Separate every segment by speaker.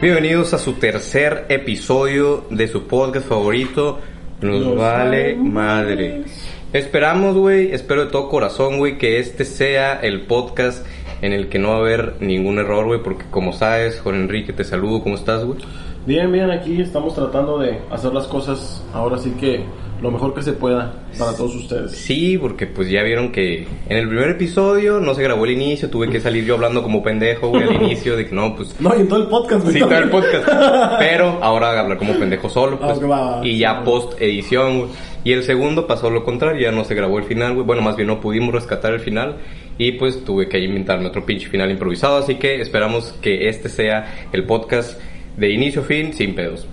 Speaker 1: Bienvenidos a su tercer episodio de su podcast favorito, Nos,
Speaker 2: Nos
Speaker 1: Vale
Speaker 2: Vale
Speaker 1: Madre. Esperamos, güey, espero de todo corazón, güey, que este sea el podcast en el que no va a haber ningún error, güey, porque como sabes, Juan Enrique, te saludo, ¿cómo estás, güey?
Speaker 2: Bien, bien, aquí estamos tratando de hacer las cosas ahora sí que lo mejor que se pueda para todos ustedes.
Speaker 1: Sí, porque pues ya vieron que en el primer episodio no se grabó el inicio, tuve que salir yo hablando como pendejo, güey, al inicio de que no, pues
Speaker 2: No, y en todo el podcast, güey.
Speaker 1: Sí, todo el podcast. Pero ahora voy a hablar como pendejo solo, pues.
Speaker 2: Ah, ok, va, va, va.
Speaker 1: y ya post edición, güey. Y el segundo pasó lo contrario, ya no se grabó el final, güey. Bueno, más bien no pudimos rescatar el final. Y pues tuve que inventarme otro pinche final improvisado. Así que esperamos que este sea el podcast de inicio a fin sin pedos.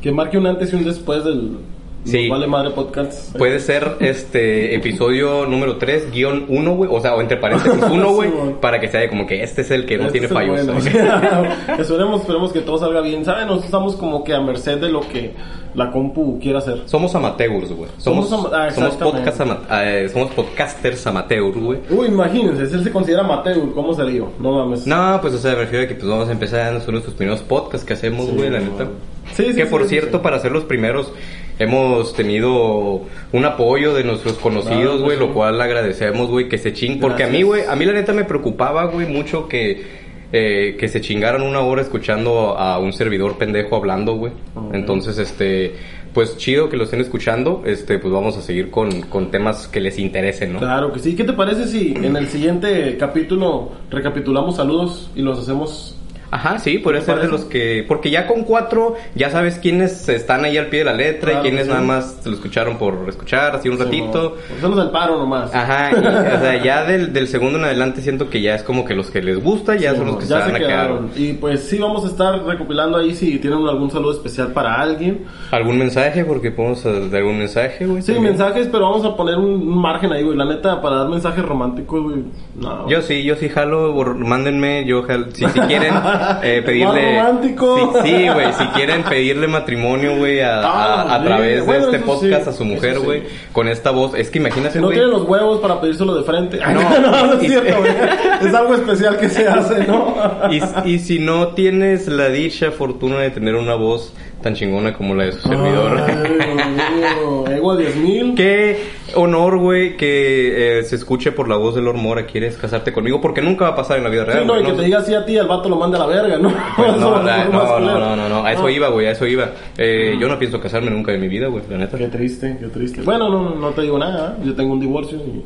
Speaker 2: Que marque un antes y un después del
Speaker 1: Sí.
Speaker 2: Nos Vale Madre Podcast.
Speaker 1: Puede ser este episodio número 3, guión 1, güey. O sea, o entre paréntesis 1, güey.
Speaker 2: Sí, güey.
Speaker 1: para que sea como que este es el que no
Speaker 2: Este
Speaker 1: tiene
Speaker 2: es el
Speaker 1: fallos.
Speaker 2: bueno.
Speaker 1: ¿sabes?
Speaker 2: esperemos, esperemos que todo salga bien. ¿Saben? Nosotros estamos como que a merced de lo que la compu quiera hacer.
Speaker 1: Somos amateurs, güey. Somos,
Speaker 2: Somos ama- ah,
Speaker 1: somos,
Speaker 2: exactamente.
Speaker 1: podcast ama- eh, somos podcasters amateurs, güey.
Speaker 2: Uy, imagínense, si él se considera amateur, ¿cómo se le dio? No mames.
Speaker 1: No, pues o sea, me refiero a que pues vamos a empezar son nuestros primeros podcasts que hacemos,
Speaker 2: Sí,
Speaker 1: güey, la
Speaker 2: no.
Speaker 1: neta.
Speaker 2: Sí, sí,
Speaker 1: que
Speaker 2: sí,
Speaker 1: por
Speaker 2: sí,
Speaker 1: cierto,
Speaker 2: sí.
Speaker 1: para ser los primeros, hemos tenido un apoyo de nuestros
Speaker 2: Claro,
Speaker 1: conocidos,
Speaker 2: pues,
Speaker 1: güey, lo
Speaker 2: sí.
Speaker 1: cual agradecemos, güey, que se ching. Porque a mí,
Speaker 2: Gracias.
Speaker 1: güey, a mí la neta me preocupaba, güey, mucho que. eh, que se chingaran una hora escuchando a un servidor pendejo hablando, güey.
Speaker 2: Ok.
Speaker 1: Entonces, este, pues chido que lo estén escuchando. Este, pues vamos a seguir con, con temas que les interesen, ¿no?
Speaker 2: Claro que sí. ¿Qué te parece si en el siguiente capítulo recapitulamos saludos y los hacemos
Speaker 1: Ajá, sí, podría ser de
Speaker 2: parece?
Speaker 1: los que... Porque ya con cuatro ya sabes quiénes están ahí al pie de la letra
Speaker 2: Claro,
Speaker 1: y quiénes
Speaker 2: sí. Pues,
Speaker 1: nada más lo escucharon por escuchar, así un ratito.
Speaker 2: Sí, no. Hacemos el paro nomás.
Speaker 1: Ajá, y, o sea, ya del, del segundo en adelante siento que ya es como que los que les gusta ya
Speaker 2: Sí,
Speaker 1: son los
Speaker 2: no,
Speaker 1: que
Speaker 2: ya
Speaker 1: se van a quedar.
Speaker 2: Y pues sí, vamos a estar recopilando ahí si tienen algún saludo especial para alguien.
Speaker 1: ¿Algún mensaje? Porque podemos eh, dar algún mensaje, güey.
Speaker 2: Sí,
Speaker 1: también.
Speaker 2: mensajes, pero vamos a poner un, un margen ahí, güey. La neta, para dar mensajes románticos, güey. No.
Speaker 1: Yo sí, yo sí jalo, por- mándenme, yo jalo, si, si quieren eh, pedirle...
Speaker 2: Más romántico.
Speaker 1: Sí, sí, güey, si quieren pedirle matrimonio, güey, a, a-
Speaker 2: Ah,
Speaker 1: a través de
Speaker 2: bueno,
Speaker 1: este
Speaker 2: eso
Speaker 1: podcast
Speaker 2: sí,
Speaker 1: a su mujer,
Speaker 2: eso sí.
Speaker 1: güey, con esta voz. Es que imagínate,
Speaker 2: Si no
Speaker 1: güey. Ah,
Speaker 2: tienen los huevos para pedírselo de frente.
Speaker 1: No.
Speaker 2: No, no, no es cierto, güey. Es algo especial que se hace, ¿no?
Speaker 1: Y, y si no tienes la dicha fortuna de tener una voz tan chingona como la de su servidor.
Speaker 2: Ay, Dios mío. Ego a 10 mil.
Speaker 1: Qué honor, güey, que eh, se escuche por la voz del Hormora. ¿Quieres casarte conmigo? Porque nunca va a pasar en la vida
Speaker 2: Sí,
Speaker 1: real.
Speaker 2: no,
Speaker 1: güey,
Speaker 2: y que
Speaker 1: ¿no?
Speaker 2: te diga así a ti, el vato lo manda a la verga, ¿no?
Speaker 1: Pues
Speaker 2: Eso va
Speaker 1: no,
Speaker 2: a
Speaker 1: la-
Speaker 2: ser más
Speaker 1: no, no,
Speaker 2: culero.
Speaker 1: no, no, no, a eso
Speaker 2: No.
Speaker 1: iba, güey, a eso iba. Eh, yo no pienso casarme nunca en mi vida, güey, la neta.
Speaker 2: Qué triste, qué triste. Bueno, no, no te digo nada. ¿eh? Yo tengo un divorcio y...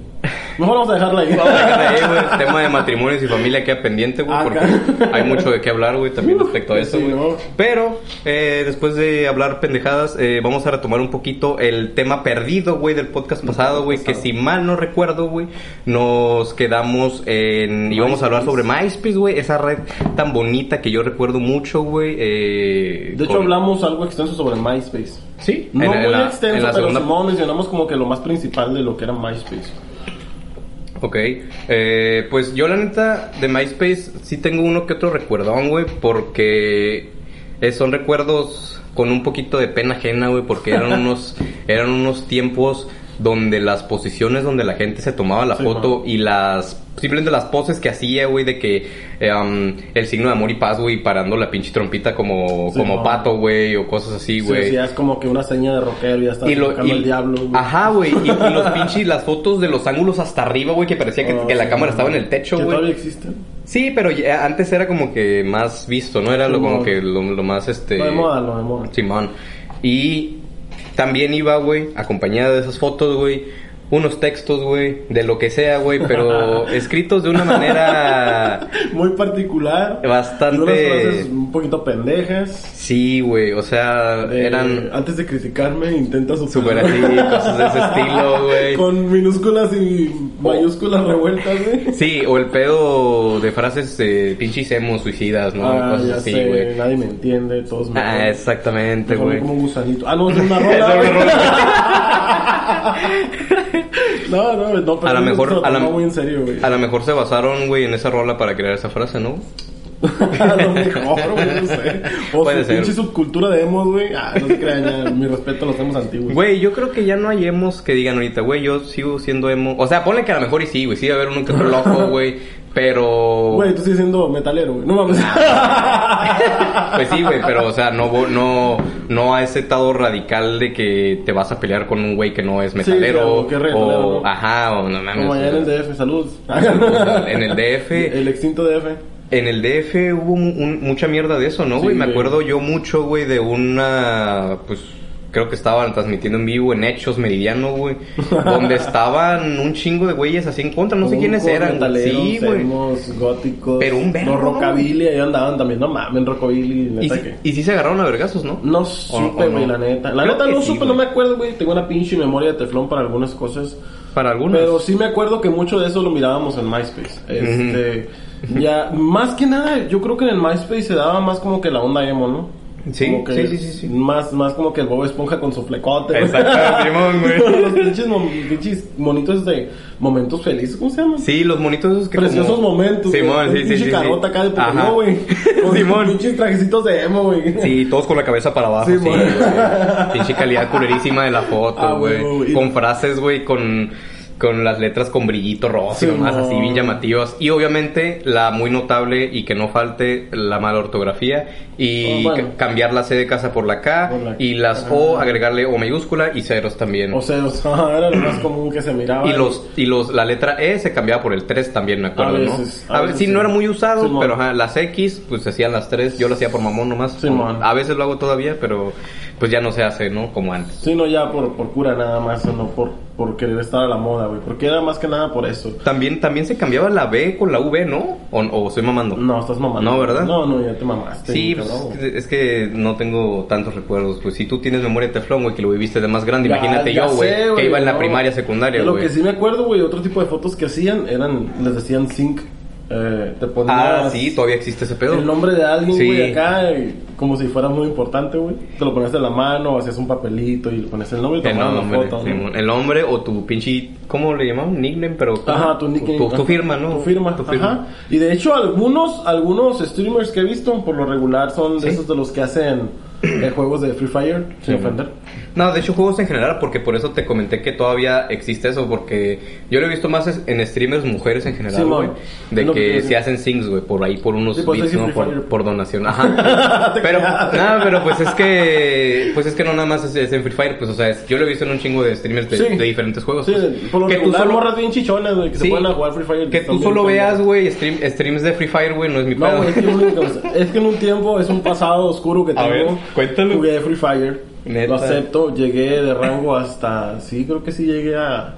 Speaker 2: Mejor vamos a dejarla ahí.
Speaker 1: Vamos a dejar ahí, güey, el tema de matrimonios y familia queda pendiente, güey,
Speaker 2: Ah,
Speaker 1: porque
Speaker 2: claro.
Speaker 1: hay mucho de qué hablar, güey, también respecto a eso,
Speaker 2: Sí,
Speaker 1: güey.
Speaker 2: ¿no?
Speaker 1: Pero, eh, después de hablar pendejadas, eh, vamos a retomar un poquito el tema perdido, güey, del podcast pasado, güey, que si mal no recuerdo, güey, nos quedamos en... y vamos a hablar sobre MySpace, güey, esa red tan bonita que yo recuerdo mucho, güey. eh,
Speaker 2: De hecho,
Speaker 1: con-
Speaker 2: hablamos algo extenso sobre MySpace.
Speaker 1: Sí,
Speaker 2: No
Speaker 1: en- en
Speaker 2: muy
Speaker 1: la-
Speaker 2: extenso,
Speaker 1: en la
Speaker 2: pero
Speaker 1: segunda-
Speaker 2: Simón mencionamos como que lo más principal de lo que era MySpace.
Speaker 1: Ok, eh, pues yo la neta de MySpace sí tengo uno que otro recuerdón, güey, porque eh, son recuerdos con un poquito de pena ajena, güey, porque eran unos, eran unos tiempos donde las posiciones donde la gente se tomaba la
Speaker 2: Sí,
Speaker 1: foto
Speaker 2: ma.
Speaker 1: y las simplemente las poses que hacía, güey, de que eh, um, el signo de amor y paz, güey, parando la pinche trompita como,
Speaker 2: Sí,
Speaker 1: como
Speaker 2: ma.
Speaker 1: pato, güey, o cosas así,
Speaker 2: Sí,
Speaker 1: güey
Speaker 2: sí, es como que una seña de rockero ya está tocando el diablo. güey.
Speaker 1: ajá güey y, y los pinches las fotos de los ángulos hasta arriba güey que parecía que,
Speaker 2: Ah,
Speaker 1: que la
Speaker 2: sí,
Speaker 1: cámara
Speaker 2: no.
Speaker 1: estaba en el techo
Speaker 2: Que todavía
Speaker 1: güey
Speaker 2: existe.
Speaker 1: sí pero ya- antes era como que más visto no era lo
Speaker 2: Sí,
Speaker 1: como
Speaker 2: no.
Speaker 1: que lo, lo más este
Speaker 2: Lo de moda, lo de moda.
Speaker 1: Simón y también iba güey acompañada de esas fotos güey unos textos güey de lo que sea güey pero escritos de una manera
Speaker 2: Muy particular.
Speaker 1: Bastante-
Speaker 2: Y unas frases un poquito pendejas.
Speaker 1: sí güey o sea
Speaker 2: Eh,
Speaker 1: eran
Speaker 2: Antes de criticarme, intenta
Speaker 1: Súper
Speaker 2: superar.
Speaker 1: así, cosas de ese estilo, güey.
Speaker 2: Con minúsculas y mayúsculas revueltas, güey.
Speaker 1: Sí, o el pedo de frases eh, pinches emo suicidas, ¿no?
Speaker 2: ah,
Speaker 1: Cosas
Speaker 2: ya
Speaker 1: así,
Speaker 2: sé,
Speaker 1: güey.
Speaker 2: nadie me entiende, todos me
Speaker 1: Ah,
Speaker 2: odian.
Speaker 1: exactamente,
Speaker 2: Me
Speaker 1: güey.
Speaker 2: ponen como un gusanito. Ah, no, es una
Speaker 1: Es
Speaker 2: rola.
Speaker 1: una
Speaker 2: güey.
Speaker 1: rola.
Speaker 2: no, no, no, pero
Speaker 1: A lo
Speaker 2: eso
Speaker 1: mejor,
Speaker 2: se lo
Speaker 1: a la-
Speaker 2: tomó muy en serio, güey.
Speaker 1: A lo mejor se basaron, güey, en esa rola para crear esa frase, ¿no?
Speaker 2: A lo mejor, güey, no sé. O
Speaker 1: Puede
Speaker 2: su
Speaker 1: ser.
Speaker 2: pinche subcultura de emos, güey. Ah, no se crean, ya, mi respeto a los emos antiguos.
Speaker 1: Güey, yo creo que ya no hay emos que digan ahorita, güey, yo sigo siendo emo. O sea, ponle que a lo mejor y sí, güey, sí va a haber uno que otro loco, güey. Pero.
Speaker 2: Güey, tú sigues siendo metalero, güey. No mames.
Speaker 1: Ah, Pues sí, güey, pero o sea, no, vo- no, no a ese estado radical de que te vas a pelear con un güey que no es
Speaker 2: sí,
Speaker 1: metalero.
Speaker 2: o que es reggaetonero,
Speaker 1: o,
Speaker 2: ¿no?
Speaker 1: ajá, o no mames.
Speaker 2: Como allá en el DF, salud. en
Speaker 1: En el DF.
Speaker 2: El extinto DF.
Speaker 1: En el DF hubo mu- un- mucha mierda de eso, ¿no,
Speaker 2: Sí,
Speaker 1: güey? Me
Speaker 2: güey.
Speaker 1: acuerdo yo mucho, güey, de una. Pues creo que estaban transmitiendo en vivo en Hechos Meridiano, güey. donde estaban un chingo de güeyes así en contra. No sé quiénes
Speaker 2: Rucos,
Speaker 1: eran. güey.
Speaker 2: metaleros,
Speaker 1: Sí, güey.
Speaker 2: emos, góticos.
Speaker 1: Pero un verbo,
Speaker 2: Los rockabilly ahí andaban también. No mames, rockabilly.
Speaker 1: Y,
Speaker 2: Neta
Speaker 1: sí-
Speaker 2: que.
Speaker 1: y sí se agarraron a vergazos, ¿no?
Speaker 2: No
Speaker 1: O- o
Speaker 2: supe,
Speaker 1: no.
Speaker 2: güey, la neta. La
Speaker 1: Creo
Speaker 2: neta
Speaker 1: que
Speaker 2: no
Speaker 1: sí,
Speaker 2: supe,
Speaker 1: güey.
Speaker 2: no me acuerdo, güey. Tengo una pinche memoria de teflón para algunas cosas.
Speaker 1: Para algunos.
Speaker 2: Pero sí me acuerdo que mucho de eso lo mirábamos en MySpace. Este, ya, más que nada, yo creo que en el MySpace se daba más como que la onda emo, ¿no?
Speaker 1: Sí,
Speaker 2: Como
Speaker 1: sí,
Speaker 2: que
Speaker 1: sí, sí, sí.
Speaker 2: Más, más como que el Bob Esponja con su flecote.
Speaker 1: Exacto, Simón, güey.
Speaker 2: Los pinches, mom- pinches monitos de momentos felices, ¿cómo se llaman?
Speaker 1: Sí, los monitos esos que
Speaker 2: Preciosos
Speaker 1: como-
Speaker 2: momentos.
Speaker 1: Simón, sí,
Speaker 2: güey. Un
Speaker 1: sí, sí.
Speaker 2: pinche
Speaker 1: sí.
Speaker 2: carota acá de
Speaker 1: Ajá.
Speaker 2: Pokémon, güey. Con
Speaker 1: Simón.
Speaker 2: pinches trajecitos de emo, güey.
Speaker 1: Sí, todos con la cabeza para abajo.
Speaker 2: Sí,
Speaker 1: Sí,
Speaker 2: güey.
Speaker 1: güey. Pinche calidad culerísima de la
Speaker 2: Ah,
Speaker 1: foto,
Speaker 2: güey,
Speaker 1: güey.
Speaker 2: güey.
Speaker 1: con frases, güey, con, con las letras con brillito rosa
Speaker 2: Sí,
Speaker 1: y nomás, así
Speaker 2: no.
Speaker 1: bien llamativas. Y obviamente la muy notable y que no falte, la mala ortografía. Y
Speaker 2: Ah, bueno.
Speaker 1: ca- cambiar la C de casa por la K.
Speaker 2: Por la
Speaker 1: y las
Speaker 2: K.
Speaker 1: O, agregarle O mayúscula y ceros también.
Speaker 2: O sea, o sea, era lo más común que se miraba.
Speaker 1: y los y los la letra E se cambiaba por el 3 también, me acuerdo,
Speaker 2: A veces,
Speaker 1: ¿no?
Speaker 2: a
Speaker 1: A ver,
Speaker 2: veces
Speaker 1: sí,
Speaker 2: sí.
Speaker 1: no era muy usado,
Speaker 2: Simón.
Speaker 1: pero ajá, las X pues se hacían las 3, yo lo hacía por mamón nomás.
Speaker 2: Simón.
Speaker 1: A veces lo hago todavía, pero pues ya no se hace, ¿no? Como antes.
Speaker 2: Sí, no ya por, por cura nada más, o no por, por querer estar a la moda, güey. Porque era más que nada por eso.
Speaker 1: También también se cambiaba la B con la V, ¿no? O, o estoy mamando.
Speaker 2: No, estás mamando.
Speaker 1: No, ¿verdad?
Speaker 2: No, no, ya te mamaste.
Speaker 1: Sí, pues,
Speaker 2: cabrón, güey.
Speaker 1: es que no tengo tantos recuerdos. Pues si tú tienes memoria de teflón, güey, que lo viviste de más grande, imagínate
Speaker 2: Ya- ya
Speaker 1: yo, güey,
Speaker 2: sé,
Speaker 1: que iba en la
Speaker 2: no.
Speaker 1: primaria, secundaria,
Speaker 2: De Lo
Speaker 1: güey.
Speaker 2: que sí me acuerdo, güey, otro tipo de fotos que hacían eran, les decían zinc. Eh, te ponías
Speaker 1: Ah, sí, todavía existe ese pedo.
Speaker 2: el nombre de alguien,
Speaker 1: Sí.
Speaker 2: güey, acá, eh, como si fuera muy importante, güey. Te lo ponías en la mano, hacías un papelito y le ponías el nombre y
Speaker 1: El
Speaker 2: tomabas la
Speaker 1: nombre,
Speaker 2: foto. ¿no?
Speaker 1: Simón. el nombre o tu pinche, ¿cómo le llamaban? Nickname, pero... ¿cómo?
Speaker 2: Ajá, tu nickname.
Speaker 1: Tu, tu firma, ¿no?
Speaker 2: Tu firma, ajá. Y de hecho, algunos, algunos streamers que he visto, por lo regular, son de
Speaker 1: Sí.
Speaker 2: esos de los que hacen eh, juegos de Free Fire, sin ofender.
Speaker 1: No, de hecho juegos en general, porque por eso te comenté que todavía existe eso, porque yo lo he visto más es- en streamers mujeres en general,
Speaker 2: Simón.
Speaker 1: güey, de
Speaker 2: Es lo
Speaker 1: que,
Speaker 2: que te decía.
Speaker 1: se hacen sings, güey, por ahí, por unos
Speaker 2: Sí, pues,
Speaker 1: bits,
Speaker 2: ahí sí
Speaker 1: ¿no?
Speaker 2: Free
Speaker 1: Por,
Speaker 2: Fire.
Speaker 1: por donación, ajá.
Speaker 2: Te
Speaker 1: pero,
Speaker 2: creas.
Speaker 1: nada, pero pues es que, pues es que no nada más es, es en Free Fire, pues o sea, es- yo lo he visto en un chingo de streamers de,
Speaker 2: Sí.
Speaker 1: de diferentes juegos.
Speaker 2: Sí,
Speaker 1: pues,
Speaker 2: por lo
Speaker 1: que tú
Speaker 2: regular,
Speaker 1: solo-
Speaker 2: morras bien chichonas, güey, que se
Speaker 1: Sí,
Speaker 2: pueden jugar Free Fire.
Speaker 1: que tú
Speaker 2: están
Speaker 1: solo
Speaker 2: bien
Speaker 1: veas, güey, stream- streams de Free Fire, güey, no es mi
Speaker 2: No,
Speaker 1: pedo.
Speaker 2: güey, es, que en un- es que en un tiempo es un pasado oscuro que
Speaker 1: A
Speaker 2: tengo.
Speaker 1: ver, cuéntalo.
Speaker 2: Jugué Free Fire.
Speaker 1: Neta.
Speaker 2: Lo acepto. Llegué de rango hasta. Sí, creo que sí llegué a.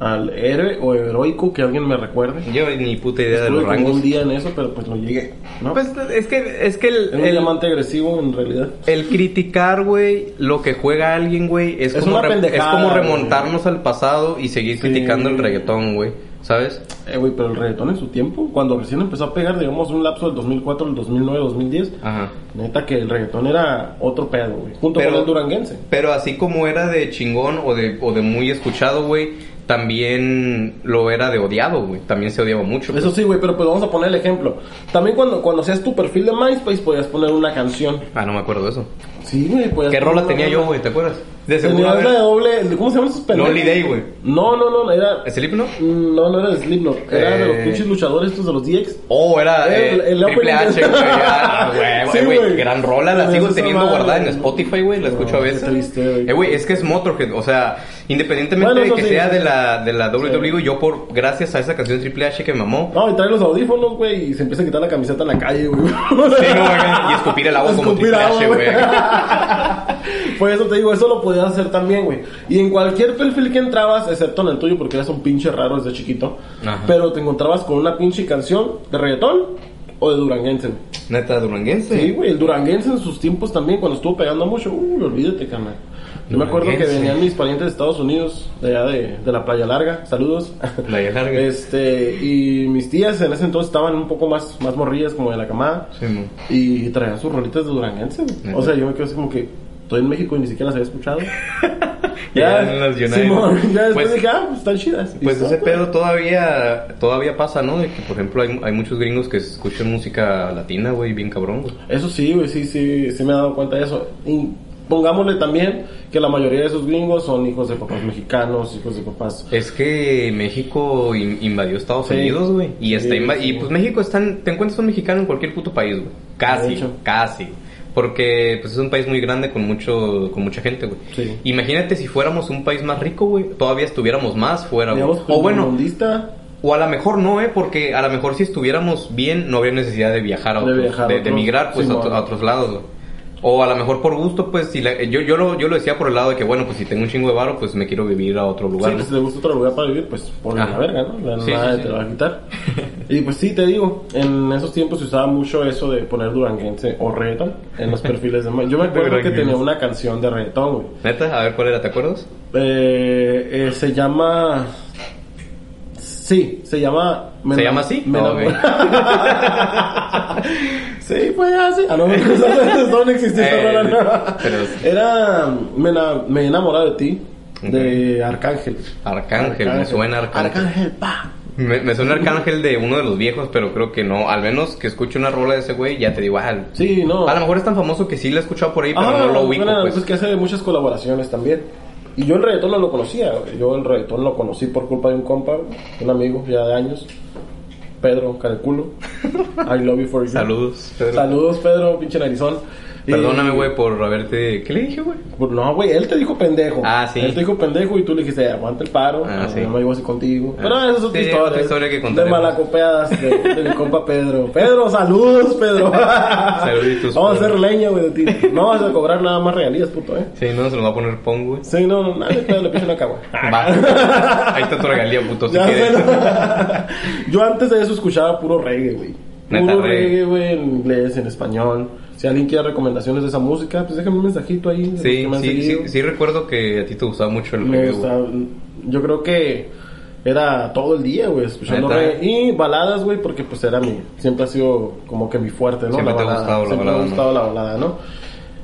Speaker 2: Al héroe o heroico que alguien me recuerde.
Speaker 1: Yo ni puta idea de
Speaker 2: Estuve
Speaker 1: los
Speaker 2: como
Speaker 1: rangos.
Speaker 2: un día en eso, pero pues lo llegué. ¿no?
Speaker 1: Pues es que, es que el,
Speaker 2: es un
Speaker 1: el-
Speaker 2: diamante agresivo en realidad.
Speaker 1: el criticar, güey, lo que juega alguien, güey, es,
Speaker 2: Es
Speaker 1: como
Speaker 2: una
Speaker 1: re- es
Speaker 2: pendejada,
Speaker 1: como
Speaker 2: güey.
Speaker 1: remontarnos al pasado y seguir
Speaker 2: Sí.
Speaker 1: criticando el reggaetón, güey. ¿Sabes?
Speaker 2: Eh, güey, pero el reggaetón en su tiempo, cuando recién empezó a pegar, digamos, un lapso del 2004, el 2009, 2010,
Speaker 1: Ajá.
Speaker 2: neta que el reggaetón era otro pedo, güey. Junto
Speaker 1: Pero-
Speaker 2: con el duranguense.
Speaker 1: Pero así como era de chingón o de, o de muy escuchado, güey, también lo era de odiado, güey. También se odiaba mucho.
Speaker 2: Eso sí, güey, pero pues vamos a poner el ejemplo. También cuando, cuando hacías tu perfil de MySpace podías poner una canción.
Speaker 1: Ah, no me acuerdo de eso.
Speaker 2: Sí, güey, podías
Speaker 1: ¿Qué
Speaker 2: poner
Speaker 1: rola
Speaker 2: una
Speaker 1: tenía yo, güey? ¿Te acuerdas? De seguro.
Speaker 2: Tenías
Speaker 1: a ver,
Speaker 2: la de doble... ¿Cómo se llaman esos pendejos?
Speaker 1: Lonely Day, güey.
Speaker 2: No, no, no, era... mm,
Speaker 1: ¿Sleep no?
Speaker 2: No, no era de Slipknot. Era de los
Speaker 1: Eh.
Speaker 2: pinches luchadores estos de los DX.
Speaker 1: Oh, era eh,
Speaker 2: El- el
Speaker 1: Triple
Speaker 2: opening.
Speaker 1: H, güey. Ah,
Speaker 2: Sí,
Speaker 1: güey, güey,
Speaker 2: güey.
Speaker 1: Gran rola,
Speaker 2: Con
Speaker 1: la sigo
Speaker 2: esa
Speaker 1: teniendo
Speaker 2: madre.
Speaker 1: guardada en Spotify, güey. La
Speaker 2: No,
Speaker 1: escucho a
Speaker 2: qué
Speaker 1: veces.
Speaker 2: triste, güey.
Speaker 1: Eh, güey, es que es Motorhead. O sea, independientemente
Speaker 2: Bueno,
Speaker 1: de
Speaker 2: eso
Speaker 1: que
Speaker 2: sí,
Speaker 1: sea
Speaker 2: sí.
Speaker 1: de la, de la WWE,
Speaker 2: Sí.
Speaker 1: yo por, gracias a esa canción Triple H que me mamó.
Speaker 2: No, y trae los audífonos, güey, y se empieza a quitar la camiseta en la calle, güey.
Speaker 1: Sí, no, güey, y escupir el agua como
Speaker 2: Escupir
Speaker 1: Triple
Speaker 2: agua,
Speaker 1: H, güey.
Speaker 2: Por eso te digo, eso lo podías hacer también, güey. Y en cualquier perfil que entrabas, excepto en el tuyo, porque eras un pinche raro desde chiquito,
Speaker 1: Ajá.
Speaker 2: pero te encontrabas con una pinche canción de reggaetón o de duranguense. güey.
Speaker 1: Neta duranguense.
Speaker 2: Sí, güey, el duranguense en sus tiempos también, cuando estuvo pegando mucho, uy, olvídate, carnal. Yo me acuerdo que
Speaker 1: Duranguense.
Speaker 2: venían mis parientes de Estados Unidos, de allá de, de la Playa Larga, saludos.
Speaker 1: Playa Larga.
Speaker 2: Este, y mis tías en ese entonces estaban un poco más, más morrillas, como de la camada.
Speaker 1: Sí, mo.
Speaker 2: Y traían sus rolitas de Duranguense, güey.
Speaker 1: Neta.
Speaker 2: O sea, yo me quedo así como que estoy en México y ni siquiera las había escuchado.
Speaker 1: Llegaron las United.
Speaker 2: Simón, ya después
Speaker 1: Pues-
Speaker 2: dije, ah, pues están chidas. Y
Speaker 1: Pues
Speaker 2: son,
Speaker 1: ese
Speaker 2: güey.
Speaker 1: pedo todavía todavía pasa, ¿no? De que, por ejemplo, hay, hay muchos gringos que escuchan música latina, güey, bien cabrón, güey.
Speaker 2: Eso sí, güey, sí, sí, sí me he dado cuenta de eso. Y Pongámosle también que la mayoría de esos gringos son hijos de papás mexicanos, hijos de papás.
Speaker 1: Es que México in- invadió Estados
Speaker 2: Sí.
Speaker 1: Unidos, güey. Y,
Speaker 2: Sí,
Speaker 1: está inva-
Speaker 2: sí.
Speaker 1: y pues México están, te encuentras un mexicano en cualquier puto país, güey.
Speaker 2: De
Speaker 1: Casi,
Speaker 2: hecho.
Speaker 1: casi. Porque pues es un país muy grande con mucho con mucha gente, güey.
Speaker 2: Sí.
Speaker 1: Imagínate si fuéramos un país más rico, güey. Todavía estuviéramos más fuera, güey.
Speaker 2: Digamos,
Speaker 1: O bueno,
Speaker 2: primermundista,
Speaker 1: o a lo mejor no, ¿eh? Porque a lo mejor si estuviéramos bien no habría necesidad de viajar a
Speaker 2: De
Speaker 1: otros, de,
Speaker 2: viajar a
Speaker 1: de
Speaker 2: otros,
Speaker 1: emigrar pues,
Speaker 2: sí,
Speaker 1: a, otro-
Speaker 2: no.
Speaker 1: a otros lados, güey. O a lo mejor por gusto, pues, si la- yo, yo, lo, yo lo decía por el lado de que, bueno, pues si tengo un chingo de varo, pues me quiero vivir a otro lugar.
Speaker 2: sí, que
Speaker 1: ¿no?
Speaker 2: si te gusta otro lugar para vivir, pues por la
Speaker 1: Ajá.
Speaker 2: verga, ¿no? La
Speaker 1: Sí,
Speaker 2: nada
Speaker 1: sí,
Speaker 2: te
Speaker 1: sí.
Speaker 2: lo va a quitar. y pues sí, te digo, en esos tiempos se usaba mucho eso de poner duranguense o reggaetón en los perfiles de... Yo me acuerdo que
Speaker 1: Duranguense.
Speaker 2: tenía una canción de reggaetón, güey.
Speaker 1: Neta, a ver cuál era, ¿te acuerdas?
Speaker 2: Eh, eh, se llama... Sí, se llama...
Speaker 1: ¿Se llama así?
Speaker 2: Me
Speaker 1: Ah, ok.
Speaker 2: enamoré. sí, pues así. Ah, no, esas no existía esa
Speaker 1: Eh,
Speaker 2: rola, no.
Speaker 1: pero-
Speaker 2: Era... Me, ena- me he enamorado de ti, de Arcángel.
Speaker 1: Arcángel, me suena Arcángel.
Speaker 2: Arcángel, pa.
Speaker 1: Me, me suena Arcángel de uno de los viejos, pero creo que no. Al menos que escuche una rola de ese güey, ya te digo, ah,
Speaker 2: Sí, no.
Speaker 1: a lo mejor es tan famoso que sí la he escuchado por ahí, pero
Speaker 2: Ah,
Speaker 1: no lo ubico,
Speaker 2: bueno,
Speaker 1: pues.
Speaker 2: pues que hace muchas colaboraciones también. Y yo el reggaetón no lo conocía. güey. Yo el reggaetón lo conocí por culpa de un compa, güey, un amigo ya de años. Pedro, calculo. I love you for you.
Speaker 1: Saludos. Pedro.
Speaker 2: Saludos, Pedro, pinche narizón. Y-
Speaker 1: Perdóname, güey, por haberte... ¿Qué le dije, güey?
Speaker 2: Pues No, güey, él te dijo pendejo.
Speaker 1: Ah, sí.
Speaker 2: Él te dijo pendejo y tú le dijiste, aguanta el paro.
Speaker 1: Ah, sí.
Speaker 2: No me llevo así contigo.
Speaker 1: Ah.
Speaker 2: Pero esa es otra
Speaker 1: Sí,
Speaker 2: historia.
Speaker 1: otra historia que
Speaker 2: de
Speaker 1: contaremos.
Speaker 2: malacopeadas de, de mi compa Pedro. Pedro, saludos, Pedro.
Speaker 1: Saluditos,
Speaker 2: Vamos a
Speaker 1: Pedro.
Speaker 2: hacer leña, güey, de ti. No vas a cobrar nada más regalías, puto, eh.
Speaker 1: Sí, no, se lo va a poner Pong, güey.
Speaker 2: Sí, no, no, nadie Pedro le pisa una cagua.
Speaker 1: Va. Ahí está tu regalía, puto, Ah, pues, si
Speaker 2: Ah. Ya
Speaker 1: quieres.
Speaker 2: sé, ¿no? Yo antes de eso escuchaba puro reggae, güey.
Speaker 1: Neta,
Speaker 2: Puro
Speaker 1: reggae.
Speaker 2: reggae, güey, en inglés, en español. Si alguien quiere recomendaciones de esa música, pues déjame un mensajito ahí. de los
Speaker 1: Sí,
Speaker 2: que me han
Speaker 1: sí, sí,
Speaker 2: seguido.
Speaker 1: sí recuerdo que a ti te gustaba mucho el
Speaker 2: Me
Speaker 1: reggae, güey.
Speaker 2: gustaba. Yo creo que era todo el día, güey, escuchando
Speaker 1: Neta.
Speaker 2: reggae. Y baladas, güey, porque pues era mi... Siempre ha sido como que mi fuerte, ¿no?
Speaker 1: Siempre
Speaker 2: la
Speaker 1: te ha
Speaker 2: balada.
Speaker 1: gustado la
Speaker 2: Siempre me ha
Speaker 1: balada,
Speaker 2: gustado la balada, ¿no?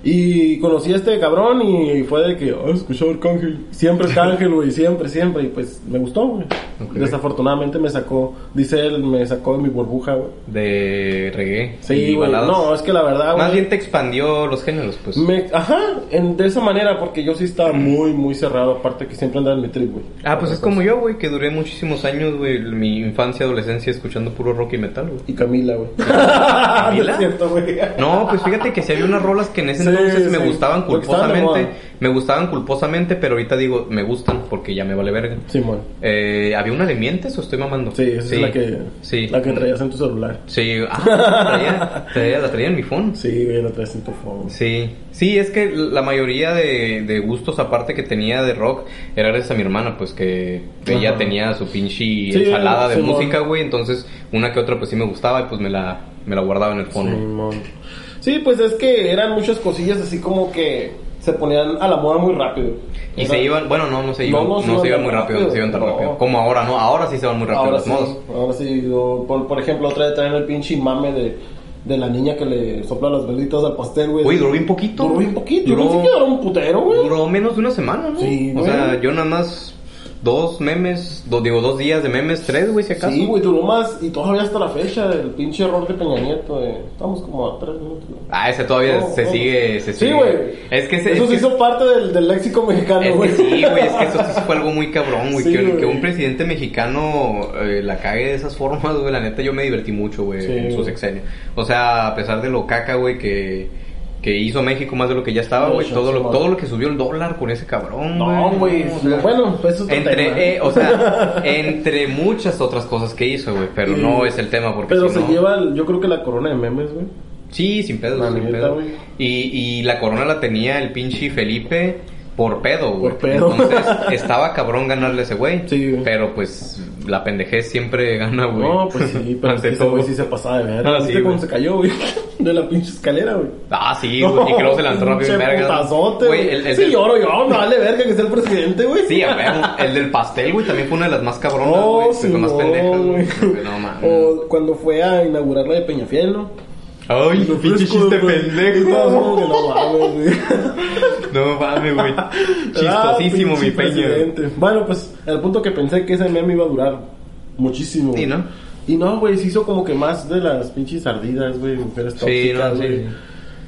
Speaker 2: Y conocí a este cabrón y fue de que, oh, escuchó Arcángel. Siempre Arcángel, güey, siempre, siempre. Y pues me gustó, güey.
Speaker 1: Ok.
Speaker 2: Desafortunadamente me sacó, dice él, me sacó de mi burbuja, güey.
Speaker 1: De reggae
Speaker 2: Sí,
Speaker 1: y
Speaker 2: güey.
Speaker 1: baladas.
Speaker 2: No, es que la verdad,
Speaker 1: Más
Speaker 2: güey.
Speaker 1: bien te expandió los géneros, pues.
Speaker 2: Me, ajá, en- de esa manera, porque yo sí estaba muy, muy cerrado. Aparte que siempre andaba en mi trip, güey.
Speaker 1: Ah, pues es como yo, güey, que duré muchísimos años, güey, mi infancia, adolescencia escuchando puro rock y metal, güey.
Speaker 2: Y Camila, güey. ¿Camila? cierto, güey.
Speaker 1: No, pues fíjate que si había unas rolas que en ese
Speaker 2: Sí,
Speaker 1: entonces me
Speaker 2: sí.
Speaker 1: gustaban
Speaker 2: Porque estaban de
Speaker 1: culposamente,
Speaker 2: moda.
Speaker 1: me gustaban culposamente, pero ahorita digo, me gustan porque ya me vale verga.
Speaker 2: Simón.
Speaker 1: Eh, ¿Había una de mientes o estoy mamando?
Speaker 2: Sí, esa es la que,
Speaker 1: Sí.
Speaker 2: la que traías en tu celular.
Speaker 1: Sí, ah, traía- traía- la traía en mi phone.
Speaker 2: Sí, güey, la traías en tu phone.
Speaker 1: Sí, sí, es que la mayoría de, de gustos aparte que tenía de rock era gracias a mi hermana, pues que ella
Speaker 2: Ajá.
Speaker 1: tenía su pinche ensalada de
Speaker 2: Simón.
Speaker 1: música, güey, entonces una que otra pues sí me gustaba y pues me la, me la guardaba en el fondo.
Speaker 2: Simón. Sí, pues es que eran muchas cosillas así como que se ponían a la moda muy rápido.
Speaker 1: Y
Speaker 2: Era-
Speaker 1: se iban, bueno, no, no se iban, no, se iban muy rápido, no se iban tan
Speaker 2: no.
Speaker 1: rápido. Como ahora, ¿no? Ahora sí se van muy rápido
Speaker 2: Ahora
Speaker 1: las
Speaker 2: sí,
Speaker 1: modas.
Speaker 2: ahora sí. yo- por, por ejemplo, otra de traer el pinche mame de, de la niña que le sopla las velitas al pastel, güey.
Speaker 1: Güey, duró bien poquito.
Speaker 2: Pues Duró bien poquito. Yo
Speaker 1: Duró-
Speaker 2: pensé que duró un putero, güey.
Speaker 1: Duró menos de una semana, ¿no?
Speaker 2: Sí,
Speaker 1: o
Speaker 2: güey.
Speaker 1: sea, yo nada más dos memes, do- digo, dos días de memes, tres, güey, si acaso.
Speaker 2: Sí, güey, duró más y todavía hasta la fecha del pinche error de Peña Nieto. De, estamos como a tres minutos. güey.
Speaker 1: Ah, ese todavía
Speaker 2: No,
Speaker 1: se
Speaker 2: no.
Speaker 1: sigue, se
Speaker 2: Sí,
Speaker 1: sigue.
Speaker 2: güey.
Speaker 1: Es que se,
Speaker 2: Eso
Speaker 1: es
Speaker 2: se
Speaker 1: que-
Speaker 2: hizo parte del, del léxico mexicano,
Speaker 1: es
Speaker 2: güey.
Speaker 1: que sí, güey, es que eso sí fue algo muy cabrón, güey.
Speaker 2: Sí,
Speaker 1: que,
Speaker 2: güey.
Speaker 1: que un presidente mexicano eh, la cague de esas formas, güey. La neta, yo me divertí mucho, güey,
Speaker 2: Sí,
Speaker 1: en su
Speaker 2: güey.
Speaker 1: sexenio. O sea, a pesar de lo caca, güey, que, que hizo México más de lo que ya estaba,
Speaker 2: No,
Speaker 1: güey.
Speaker 2: sí,
Speaker 1: Todo lo,
Speaker 2: sí,
Speaker 1: todo
Speaker 2: güey.
Speaker 1: lo que subió el dólar con ese cabrón,
Speaker 2: No, güey.
Speaker 1: o sea,
Speaker 2: bueno, pues eso es otro tema.
Speaker 1: Entre, eh, o sea, entre muchas otras cosas que hizo, güey. Pero
Speaker 2: Sí.
Speaker 1: no es el tema, porque
Speaker 2: Pero
Speaker 1: si
Speaker 2: se
Speaker 1: no-
Speaker 2: lleva, el- yo creo que la corona de memes, güey.
Speaker 1: Sí, sin pedo,
Speaker 2: La
Speaker 1: sin
Speaker 2: neta,
Speaker 1: pedo.
Speaker 2: güey.
Speaker 1: Y, y la corona la tenía el pinche Felipe por pedo, güey.
Speaker 2: Por pedo.
Speaker 1: Entonces estaba cabrón ganarle a ese güey.
Speaker 2: Sí, güey.
Speaker 1: Pero pues la pendejez siempre gana, güey.
Speaker 2: No, pues sí, pero es
Speaker 1: Ante
Speaker 2: que ese
Speaker 1: todo.
Speaker 2: güey sí se pasaba de verga.
Speaker 1: Ah,
Speaker 2: ¿Viste
Speaker 1: sí,
Speaker 2: cómo
Speaker 1: güey.
Speaker 2: se cayó, güey? De la pinche escalera, güey.
Speaker 1: Ah, sí, güey. y que luego se lanzó rápido en
Speaker 2: Pinche
Speaker 1: verga.
Speaker 2: putazote,
Speaker 1: Güey,
Speaker 2: güey.
Speaker 1: el- el
Speaker 2: Sí,
Speaker 1: del-
Speaker 2: lloro, yo, no vale verga que sea el presidente, güey.
Speaker 1: Sí, a huevo. El del pastel, güey, también fue una de las más cabronas, güey.
Speaker 2: No,
Speaker 1: de las más
Speaker 2: Oh, Simón,
Speaker 1: pendejas, güey.
Speaker 2: güey. Oh,
Speaker 1: Porque No, mames.
Speaker 2: O cuando fue a inaugurar la de Peñafiel, ¿no?
Speaker 1: Ay, pinche chiste pendejo.
Speaker 2: No, no mames, güey.
Speaker 1: No mames, güey.
Speaker 2: Ah,
Speaker 1: Chistosísimo, mi
Speaker 2: pinche
Speaker 1: peña.
Speaker 2: presidente. Bueno, pues al punto que pensé que ese meme iba a durar muchísimo.
Speaker 1: Sí,
Speaker 2: güey.
Speaker 1: ¿no?
Speaker 2: Y no, güey, se hizo como que más de las pinches ardidas, güey, mujeres
Speaker 1: Sí, no,
Speaker 2: tóxicas,
Speaker 1: sí,
Speaker 2: güey.
Speaker 1: sí.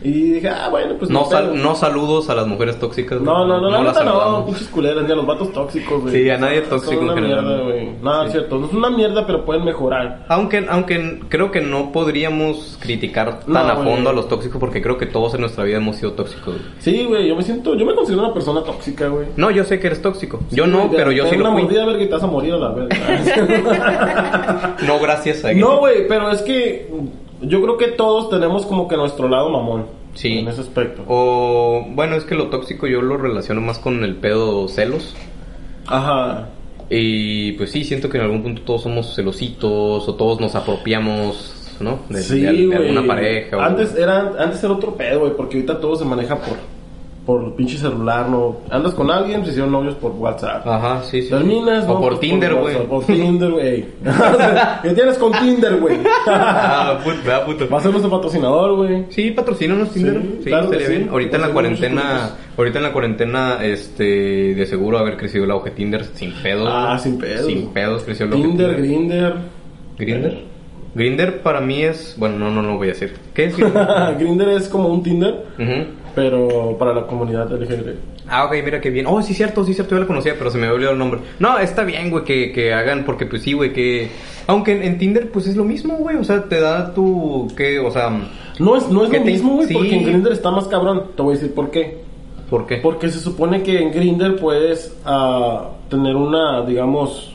Speaker 2: Y dije, ah, bueno, pues
Speaker 1: No,
Speaker 2: ni
Speaker 1: sal-
Speaker 2: pedo.
Speaker 1: no saludos a las mujeres tóxicas. güey.
Speaker 2: No, no, no, no,
Speaker 1: las
Speaker 2: no, no,
Speaker 1: saludamos.
Speaker 2: pinches culeras, ni a los vatos tóxicos, güey.
Speaker 1: Sí, a nadie
Speaker 2: Son
Speaker 1: tóxico
Speaker 2: una
Speaker 1: en general.
Speaker 2: mierda, güey. No, es cierto, no es una mierda, pero pueden mejorar.
Speaker 1: Aunque, aunque creo que no podríamos criticar tan
Speaker 2: No,
Speaker 1: a
Speaker 2: güey.
Speaker 1: fondo a los tóxicos porque creo que todos en nuestra vida hemos sido tóxicos. güey.
Speaker 2: Sí, güey, yo me siento, yo me considero una persona tóxica, güey.
Speaker 1: No, yo sé que eres tóxico. Yo
Speaker 2: Sí,
Speaker 1: no,
Speaker 2: güey, de-
Speaker 1: pero yo
Speaker 2: de
Speaker 1: sí
Speaker 2: una
Speaker 1: lo fui.
Speaker 2: mordida, verga, y te vas a morir a la verga.
Speaker 1: No, gracias a
Speaker 2: no, güey, pero es que yo creo que todos tenemos como que nuestro lado mamón.
Speaker 1: Sí.
Speaker 2: En ese aspecto.
Speaker 1: O bueno, es que lo tóxico yo lo relaciono más con el pedo celos.
Speaker 2: Ajá.
Speaker 1: Y pues sí, siento que en algún punto todos somos celositos o todos nos apropiamos, ¿no? De, de- de
Speaker 2: güey.
Speaker 1: alguna pareja. o-
Speaker 2: Antes era, antes era otro pedo, güey, porque ahorita todo se maneja por, por pinche celular, ¿no? Andas con alguien, se hicieron novios por WhatsApp.
Speaker 1: Ajá, Ah, sí, sí.
Speaker 2: Terminas,
Speaker 1: O
Speaker 2: ¿no? Pues,
Speaker 1: por Tinder, güey.
Speaker 2: WhatsApp, Por Tinder, güey. ¿Qué tienes con Tinder, güey? Va
Speaker 1: Ah, puto, ah, puto.
Speaker 2: a ser nuestro patrocinador, güey.
Speaker 1: Sí, patrocínanos Tinder.
Speaker 2: Sí,
Speaker 1: Sí,
Speaker 2: claro que
Speaker 1: estaría
Speaker 2: sí.
Speaker 1: bien. Ahorita en la
Speaker 2: Patrocínanos,
Speaker 1: cuarentena,
Speaker 2: chicos.
Speaker 1: ahorita en la cuarentena, este, de seguro haber crecido el auge Tinder sin pedos.
Speaker 2: Ah,
Speaker 1: güey.
Speaker 2: sin pedos.
Speaker 1: Sin pedos creció el auge
Speaker 2: Tinder, Grinder.
Speaker 1: Grinder. Grinder para mí es, bueno, no, no, no voy a decir. ¿Qué es?
Speaker 2: Grinder es como un Tinder,
Speaker 1: Ujú.
Speaker 2: pero para la comunidad LGBT.
Speaker 1: Ah, ok, mira qué bien. Oh, sí, cierto, sí, cierto, yo la conocía, pero se me había olvidado el nombre. No, está bien, güey, que, que hagan, porque pues sí, güey, que. Aunque en, en Tinder, pues es lo mismo, güey, o sea, te da tu. ¿Qué? O sea,
Speaker 2: No es, no es
Speaker 1: Que
Speaker 2: lo
Speaker 1: te-
Speaker 2: mismo, güey,
Speaker 1: sí.
Speaker 2: porque en Grinder está más cabrón. Te voy a decir por qué.
Speaker 1: ¿por qué?
Speaker 2: Porque se supone que en Grinder puedes ah, tener una, digamos.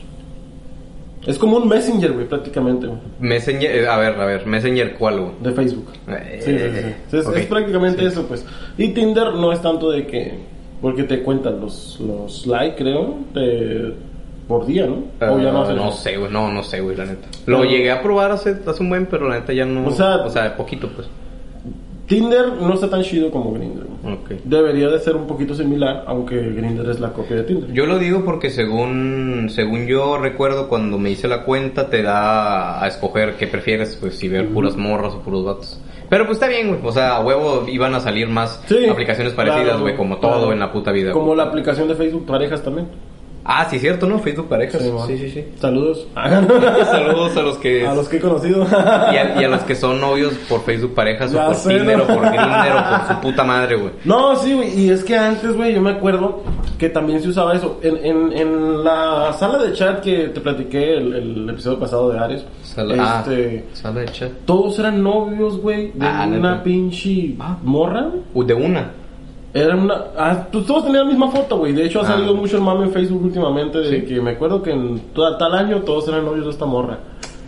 Speaker 2: Es como un Messenger, güey, prácticamente, güey,
Speaker 1: Messenger, eh, a ver, a ver, Messenger, ¿cuál, güey?
Speaker 2: de Facebook.
Speaker 1: Eh,
Speaker 2: Sí, sí, sí, sí. Es- Es,
Speaker 1: ok.
Speaker 2: prácticamente
Speaker 1: Sí.
Speaker 2: eso, pues. Y Tinder no es tanto de que. Porque te cuentan los, los likes, creo, de- por día, ¿no?
Speaker 1: Ah,
Speaker 2: O ya no
Speaker 1: no,
Speaker 2: hacen eso.
Speaker 1: sé, güey, no, no sé, güey, la neta. Lo
Speaker 2: No.
Speaker 1: llegué a probar hace, hace un buen, pero la neta ya no.
Speaker 2: O sea-
Speaker 1: poquito, pues.
Speaker 2: Tinder no está tan chido como Grinder.
Speaker 1: Ok.
Speaker 2: Debería de ser un poquito similar, aunque Grinder es la copia de Tinder.
Speaker 1: Yo lo digo porque según según yo recuerdo cuando me hice la cuenta te da a escoger qué prefieres, pues si ver puras morras o puros vatos. Pero pues está bien, güey. O sea, a huevo iban a salir más
Speaker 2: Sí,
Speaker 1: aplicaciones parecidas,
Speaker 2: claro,
Speaker 1: güey, como
Speaker 2: claro.
Speaker 1: todo en la puta vida.
Speaker 2: Como
Speaker 1: güey.
Speaker 2: la aplicación de Facebook Parejas también.
Speaker 1: Ah, sí, cierto, ¿no? Facebook parejas.
Speaker 2: Sí, bueno.
Speaker 1: Sí, sí, sí.
Speaker 2: Saludos.
Speaker 1: Saludos a los que...
Speaker 2: A los que he conocido.
Speaker 1: Y a, y a los que son novios por Facebook parejas
Speaker 2: Ya
Speaker 1: o por
Speaker 2: sé, ¿no?
Speaker 1: Tinder o por Grindr o por su puta madre, güey.
Speaker 2: No, sí, güey. Y es que antes, güey, yo me acuerdo que también se usaba eso. En, en, en la sala de chat que te platiqué el, el episodio pasado de Aries,
Speaker 1: Sala- ah,
Speaker 2: este,
Speaker 1: sala de chat.
Speaker 2: todos eran novios, güey, de
Speaker 1: Ah,
Speaker 2: una
Speaker 1: neta.
Speaker 2: pinche
Speaker 1: Ah.
Speaker 2: morra. güey.
Speaker 1: Uh, de una.
Speaker 2: Era una. Ah, pues todos tenían la misma foto, güey. De hecho, ha
Speaker 1: Ah.
Speaker 2: salido mucho el mame en Facebook últimamente. De
Speaker 1: Sí.
Speaker 2: que me acuerdo que en toda- tal año todos eran novios de esta morra.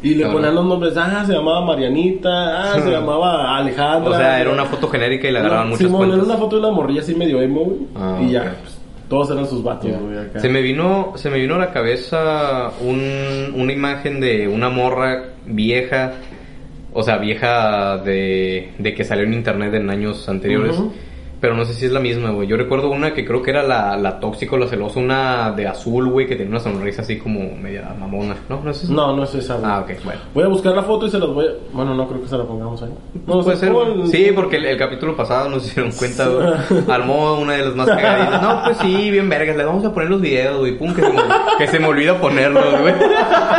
Speaker 2: Y le
Speaker 1: Cabrón.
Speaker 2: ponían los nombres. Ah, se llamaba Marianita. Ah, se llamaba Alejandra.
Speaker 1: O sea, era una foto genérica y le agarraban
Speaker 2: Una-
Speaker 1: muchas
Speaker 2: Simón,
Speaker 1: cuentas.
Speaker 2: era una foto de una morrilla así medio emo, güey.
Speaker 1: Ah,
Speaker 2: y ya,
Speaker 1: ok.
Speaker 2: pues, todos eran sus vatos, güey. acá.
Speaker 1: Se me vino, se me vino a la cabeza un, una imagen de una morra vieja, o sea, vieja de, de que salió en internet en años anteriores.
Speaker 2: Ujú.
Speaker 1: Pero no sé si es la misma, güey. Yo recuerdo una que creo que era la, la tóxica o la celosa, una de azul, güey, que tenía una sonrisa así como media mamona. No, no es esa?
Speaker 2: No, no es esa, güey.
Speaker 1: Ah, ok, bueno.
Speaker 2: Voy a buscar la foto y se las voy a. Bueno, no creo que se la pongamos ahí. No,
Speaker 1: Puede
Speaker 2: se
Speaker 1: ser,
Speaker 2: pongo
Speaker 1: güey.
Speaker 2: en-
Speaker 1: Sí, porque Pues el, el capítulo pasado nos hicieron cuenta, güey. Armó una de las más cagaditas. No, pues sí, bien vergas. Le vamos a poner los videos, güey. Pum, que se me, que se me olvida ponerlos, güey.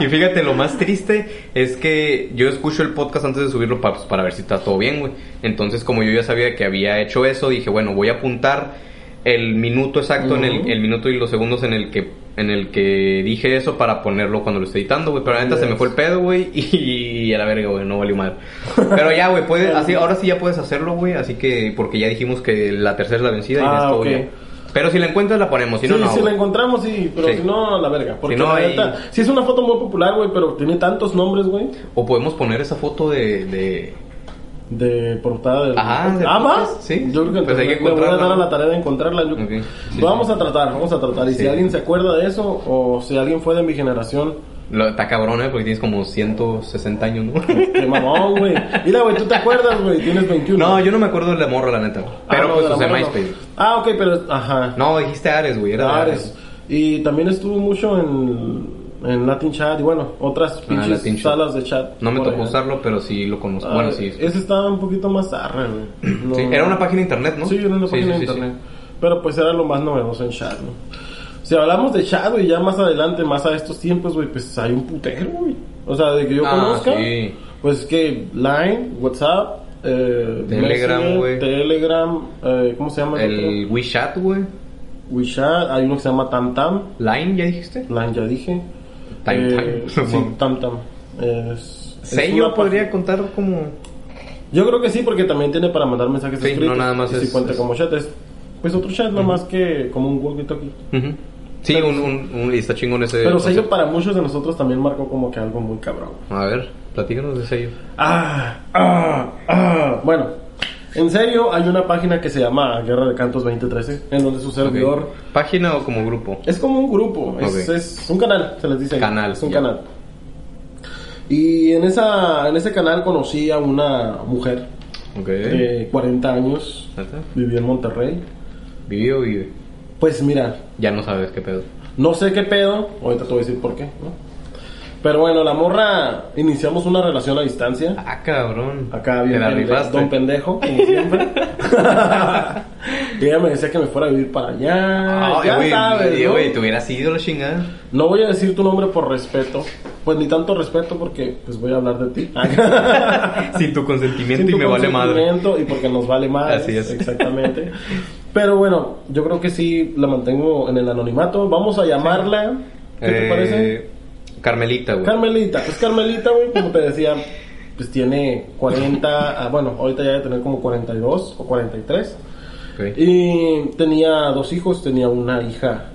Speaker 1: Y fíjate, lo más triste es que yo escucho el podcast antes de subirlo para, para ver si está todo bien, güey. Entonces, como yo ya sabía que había hecho eso, dije, bueno, voy a apuntar el minuto exacto en el,
Speaker 2: Ujú.
Speaker 1: el minuto y los segundos en el que en el que dije eso para ponerlo cuando lo estoy editando, güey, pero la neta se me fue el pedo, güey, y a la verga, güey, no valió madre. Pero ya, güey, puedes así ahora sí ya puedes hacerlo, güey, así que porque ya dijimos que la tercera es la vencida y
Speaker 2: Ah,
Speaker 1: ya estuvo
Speaker 2: ok.
Speaker 1: bien. Pero si la encuentras la ponemos, si no
Speaker 2: sí,
Speaker 1: no.
Speaker 2: si la
Speaker 1: güey.
Speaker 2: encontramos, sí, pero
Speaker 1: Sí.
Speaker 2: si no, a la verga. Porque
Speaker 1: Si no,
Speaker 2: la
Speaker 1: ahí-
Speaker 2: neta, sí es una foto muy popular, güey, pero tiene tantos nombres, güey,
Speaker 1: O podemos poner esa foto de, de
Speaker 2: de portada del.
Speaker 1: Ajá, de-
Speaker 2: ¿Ah, va?
Speaker 1: sí.
Speaker 2: Yo creo que
Speaker 1: Pues hay que
Speaker 2: entonces me voy a dar
Speaker 1: encontrarla.
Speaker 2: a la tarea de encontrarla. Yo...
Speaker 1: Ok, sí.
Speaker 2: Vamos a tratar, vamos a tratar. Y si
Speaker 1: Sí.
Speaker 2: alguien se acuerda de eso, o si alguien fue de mi generación,
Speaker 1: lo, está cabrón, eh, porque tienes como 160 años, ¿no?
Speaker 2: qué mamón, güey. Mira, güey, tú te acuerdas, güey, tienes 21.
Speaker 1: no, yo no me acuerdo de la morra, la neta.
Speaker 2: Ah,
Speaker 1: Pero
Speaker 2: no,
Speaker 1: pues
Speaker 2: de la
Speaker 1: usé
Speaker 2: morra no.
Speaker 1: MySpace.
Speaker 2: Ah, ok, pero. Ajá.
Speaker 1: No, dijiste Ares, güey, era de
Speaker 2: Ares.
Speaker 1: Ares.
Speaker 2: Y también estuvo mucho en. En Latin Chat y bueno, otras pinches
Speaker 1: Ah, Latin Chat.
Speaker 2: salas de chat.
Speaker 1: No me
Speaker 2: por
Speaker 1: tocó
Speaker 2: allá.
Speaker 1: usarlo, pero sí lo conozco.
Speaker 2: Ah,
Speaker 1: bueno, sí.
Speaker 2: Ese estaba un poquito más arre, güey. No-
Speaker 1: Sí, Era una página de internet, ¿no?
Speaker 2: Sí, era una
Speaker 1: Sí,
Speaker 2: página
Speaker 1: sí, sí,
Speaker 2: de
Speaker 1: sí.
Speaker 2: internet. Pero pues era lo más novedoso en chat, ¿no? Si hablamos de chat, güey, ya más adelante, más a estos tiempos, güey, pues hay un putero, güey. O sea, de que yo
Speaker 1: Ah,
Speaker 2: conozca,
Speaker 1: sí.
Speaker 2: pues que Line, WhatsApp, eh,
Speaker 1: Telegram,
Speaker 2: Messenger,
Speaker 1: güey.
Speaker 2: Telegram, eh, ¿cómo se llama el,
Speaker 1: El
Speaker 2: otro?
Speaker 1: WeChat, güey.
Speaker 2: WeChat, hay uno que se llama TamTam,
Speaker 1: Line, ya dijiste.
Speaker 2: Line ya dije.
Speaker 1: TamTam.
Speaker 2: Eh, sí, TamTam. Es, es
Speaker 1: Sello
Speaker 2: una
Speaker 1: podría
Speaker 2: página-
Speaker 1: contar como.
Speaker 2: Yo creo que sí, porque también tiene para mandar mensajes
Speaker 1: Sí, no
Speaker 2: escritos.
Speaker 1: nada más
Speaker 2: y si
Speaker 1: es-
Speaker 2: cuenta
Speaker 1: es-
Speaker 2: como chat, es pues otro chat, no más que como un walkie-talkie.
Speaker 1: Ujú. Sí,
Speaker 2: Pero-
Speaker 1: un, un, un- y está chingón ese.
Speaker 2: Pero sello
Speaker 1: concepto.
Speaker 2: para muchos de nosotros también marcó como que algo muy cabrón.
Speaker 1: A ver, platícanos de sello.
Speaker 2: Ah, ah, ah. Bueno, en serio, hay una página que se llama Guerra de Cantos 2013, en donde su servidor
Speaker 1: Ok. Página o como grupo.
Speaker 2: es como un grupo, es,
Speaker 1: Ok.
Speaker 2: es un canal, se les dice. ahí.
Speaker 1: Canal,
Speaker 2: Es un
Speaker 1: ya.
Speaker 2: canal. Y en, esa, en ese canal conocí a una mujer
Speaker 1: Ok.
Speaker 2: de 40 años,
Speaker 1: ¿Neta?
Speaker 2: vivía en Monterrey.
Speaker 1: Vivió, vive.
Speaker 2: Pues mira,
Speaker 1: Ya no sabes qué pedo.
Speaker 2: No sé qué pedo, ahorita te voy a decir por qué, ¿no? Pero bueno, la morra, iniciamos una relación a distancia.
Speaker 1: Ah, cabrón.
Speaker 2: Acá
Speaker 1: Te
Speaker 2: bien
Speaker 1: la
Speaker 2: pende-
Speaker 1: rifaste.
Speaker 2: don pendejo, como siempre. y ella me decía que me fuera a vivir para allá.
Speaker 1: Ah,
Speaker 2: ya
Speaker 1: güey,
Speaker 2: sabes,
Speaker 1: eh,
Speaker 2: ¿no?
Speaker 1: güey, te hubieras ido la chingada.
Speaker 2: No voy a decir tu nombre por respeto. Pues ni tanto respeto porque pues voy a hablar de ti.
Speaker 1: Sin tu consentimiento
Speaker 2: Sin
Speaker 1: y
Speaker 2: tu
Speaker 1: me vale madre.
Speaker 2: consentimiento Y porque nos vale madre.
Speaker 1: Así es.
Speaker 2: Exactamente. Pero bueno, yo creo que sí la mantengo en el anonimato. Vamos a llamarla. ¿Qué te
Speaker 1: Eh,
Speaker 2: parece?
Speaker 1: Carmelita, güey.
Speaker 2: Carmelita, pues Carmelita, güey, como te decía, pues tiene 40, ah, bueno, ahorita ya debe tener como 42 o 43.
Speaker 1: Ok.
Speaker 2: Y tenía dos hijos, tenía una hija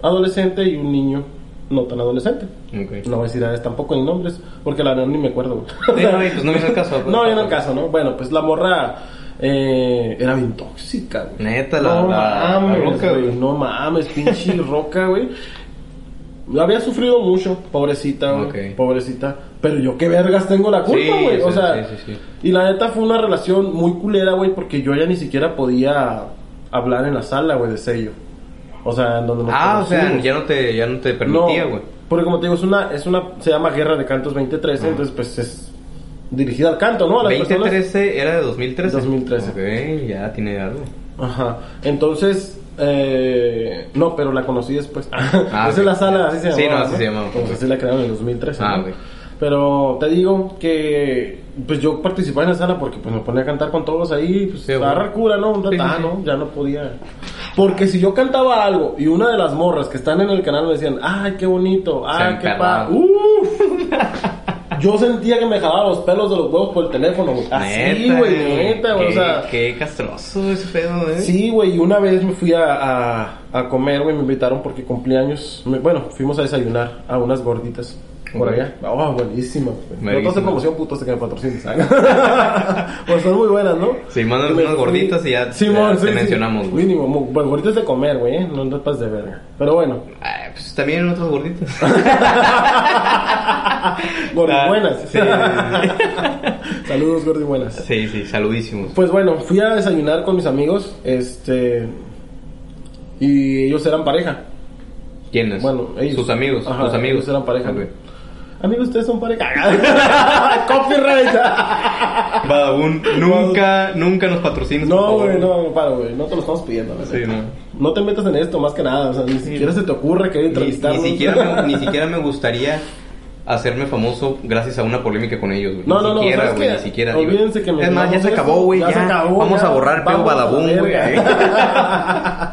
Speaker 2: adolescente y un niño no tan adolescente.
Speaker 1: Ok.
Speaker 2: No voy a decir edades tampoco ni nombres, porque la verdad ni me acuerdo. güey.
Speaker 1: Sí, no, y pues no viene al caso, pues.
Speaker 2: no viene al caso, ¿no? Bueno, pues la morra eh, era bien tóxica, güey.
Speaker 1: Neta, la-
Speaker 2: no
Speaker 1: la- la
Speaker 2: mames,
Speaker 1: roca,
Speaker 2: güey,
Speaker 1: güey.
Speaker 2: No mames, pinche roca, güey. Había sufrido mucho, pobrecita, güey.
Speaker 1: Ok.
Speaker 2: Pobrecita. Pero yo qué vergas tengo la culpa,
Speaker 1: Sí,
Speaker 2: güey. o
Speaker 1: sí,
Speaker 2: sea,
Speaker 1: sí, sí, sí.
Speaker 2: y la neta fue una relación muy culera, güey, porque yo ya ni siquiera podía hablar en la sala, güey, de sello. O sea, en donde nos
Speaker 1: Ah, o sea,
Speaker 2: conocimos.
Speaker 1: ya no te, ya no te permitía,
Speaker 2: No,
Speaker 1: güey.
Speaker 2: Porque como te digo, es una, es una, se llama Guerra de Cantos 2013, entonces pues es dirigida al canto, ¿no? A las personas.
Speaker 1: 2013 era de 2013.
Speaker 2: 2013.
Speaker 1: Ok, ya tiene algo.
Speaker 2: Ajá. Entonces, eh, no, pero la conocí después.
Speaker 1: Ah,
Speaker 2: es
Speaker 1: ok.
Speaker 2: en la sala, así se
Speaker 1: Sí,
Speaker 2: llamaba.
Speaker 1: no, así se llamaba.
Speaker 2: Pues así la crearon en el 2013.
Speaker 1: Ah,
Speaker 2: ¿no?
Speaker 1: ok.
Speaker 2: Pero te digo que pues yo participaba en la sala porque pues me ponía a cantar con todos ahí, pues
Speaker 1: Sí,
Speaker 2: a
Speaker 1: bueno.
Speaker 2: cura, ¿no? Un rato,
Speaker 1: Sí, sí,
Speaker 2: ah,
Speaker 1: sí.
Speaker 2: no, ya no podía. Porque si yo cantaba algo y una de las morras que están en el canal me decían, "Ay, qué bonito, ay, qué
Speaker 1: emperraba.
Speaker 2: pa, uf. Yo sentía que me jalaba los pelos de los huevos por el teléfono, güey. Así, Ah, güey, neta, güey, o
Speaker 1: Qué-
Speaker 2: sea,
Speaker 1: Qué castroso ese pedo, eh.
Speaker 2: Sí, güey, y una vez me fui a, a- a comer, güey, me invitaron porque cumpleaños. me- bueno, fuimos a desayunar a unas gorditas por
Speaker 1: Ok.
Speaker 2: allá. Oh, buenísimas, güey. Pero
Speaker 1: Verguísima.
Speaker 2: todas de promoción, putos, de que me patrocinen, ¿sabes? pues son muy buenas, ¿no?
Speaker 1: Sí, mándanos
Speaker 2: Me
Speaker 1: unas
Speaker 2: fui-
Speaker 1: gorditas y ya-
Speaker 2: Simón,
Speaker 1: ya te mencionamos, güey.
Speaker 2: Mínimo, mu- bueno, gorditas de comer, güey, ¿eh? no andas de verga. Pero bueno,
Speaker 1: Ah, pues también otros gorditos.
Speaker 2: gordibuenas.
Speaker 1: Ah, Sí,
Speaker 2: Saludos, gordibuenas.
Speaker 1: sí, sí, saludísimos.
Speaker 2: Pues bueno, fui a desayunar con mis amigos, este. Y ellos eran pareja.
Speaker 1: ¿Quiénes?
Speaker 2: Bueno, ellos.
Speaker 1: Sus amigos,
Speaker 2: Ajá,
Speaker 1: sus amigos.
Speaker 2: ellos eran pareja.
Speaker 1: Ok.
Speaker 2: Amigos, ustedes son pareja. Copyright.
Speaker 1: Badabun, nunca, nunca nos patrocines.
Speaker 2: no,
Speaker 1: por favor.
Speaker 2: güey, no, no, para, güey. No te lo estamos pidiendo. la
Speaker 1: Sí,
Speaker 2: neta.
Speaker 1: no.
Speaker 2: No te metas en esto más que nada. O sea, ni siquiera se te ocurre que
Speaker 1: Ni, ni
Speaker 2: entrevistarnos.
Speaker 1: siquiera me, ni siquiera me gustaría hacerme famoso gracias a una polémica con ellos, güey.
Speaker 2: No,
Speaker 1: ni
Speaker 2: no, no,
Speaker 1: siquiera,
Speaker 2: ¿sabes
Speaker 1: güey,
Speaker 2: qué?
Speaker 1: ni siquiera. digo.
Speaker 2: Olvídense que me
Speaker 1: es más, ya
Speaker 2: grabamos
Speaker 1: se
Speaker 2: eso,
Speaker 1: acabó, güey.
Speaker 2: ya
Speaker 1: Ya,
Speaker 2: se acabó,
Speaker 1: Vamos
Speaker 2: ya,
Speaker 1: a borrar Peo
Speaker 2: vamos a la
Speaker 1: Badabun, güey.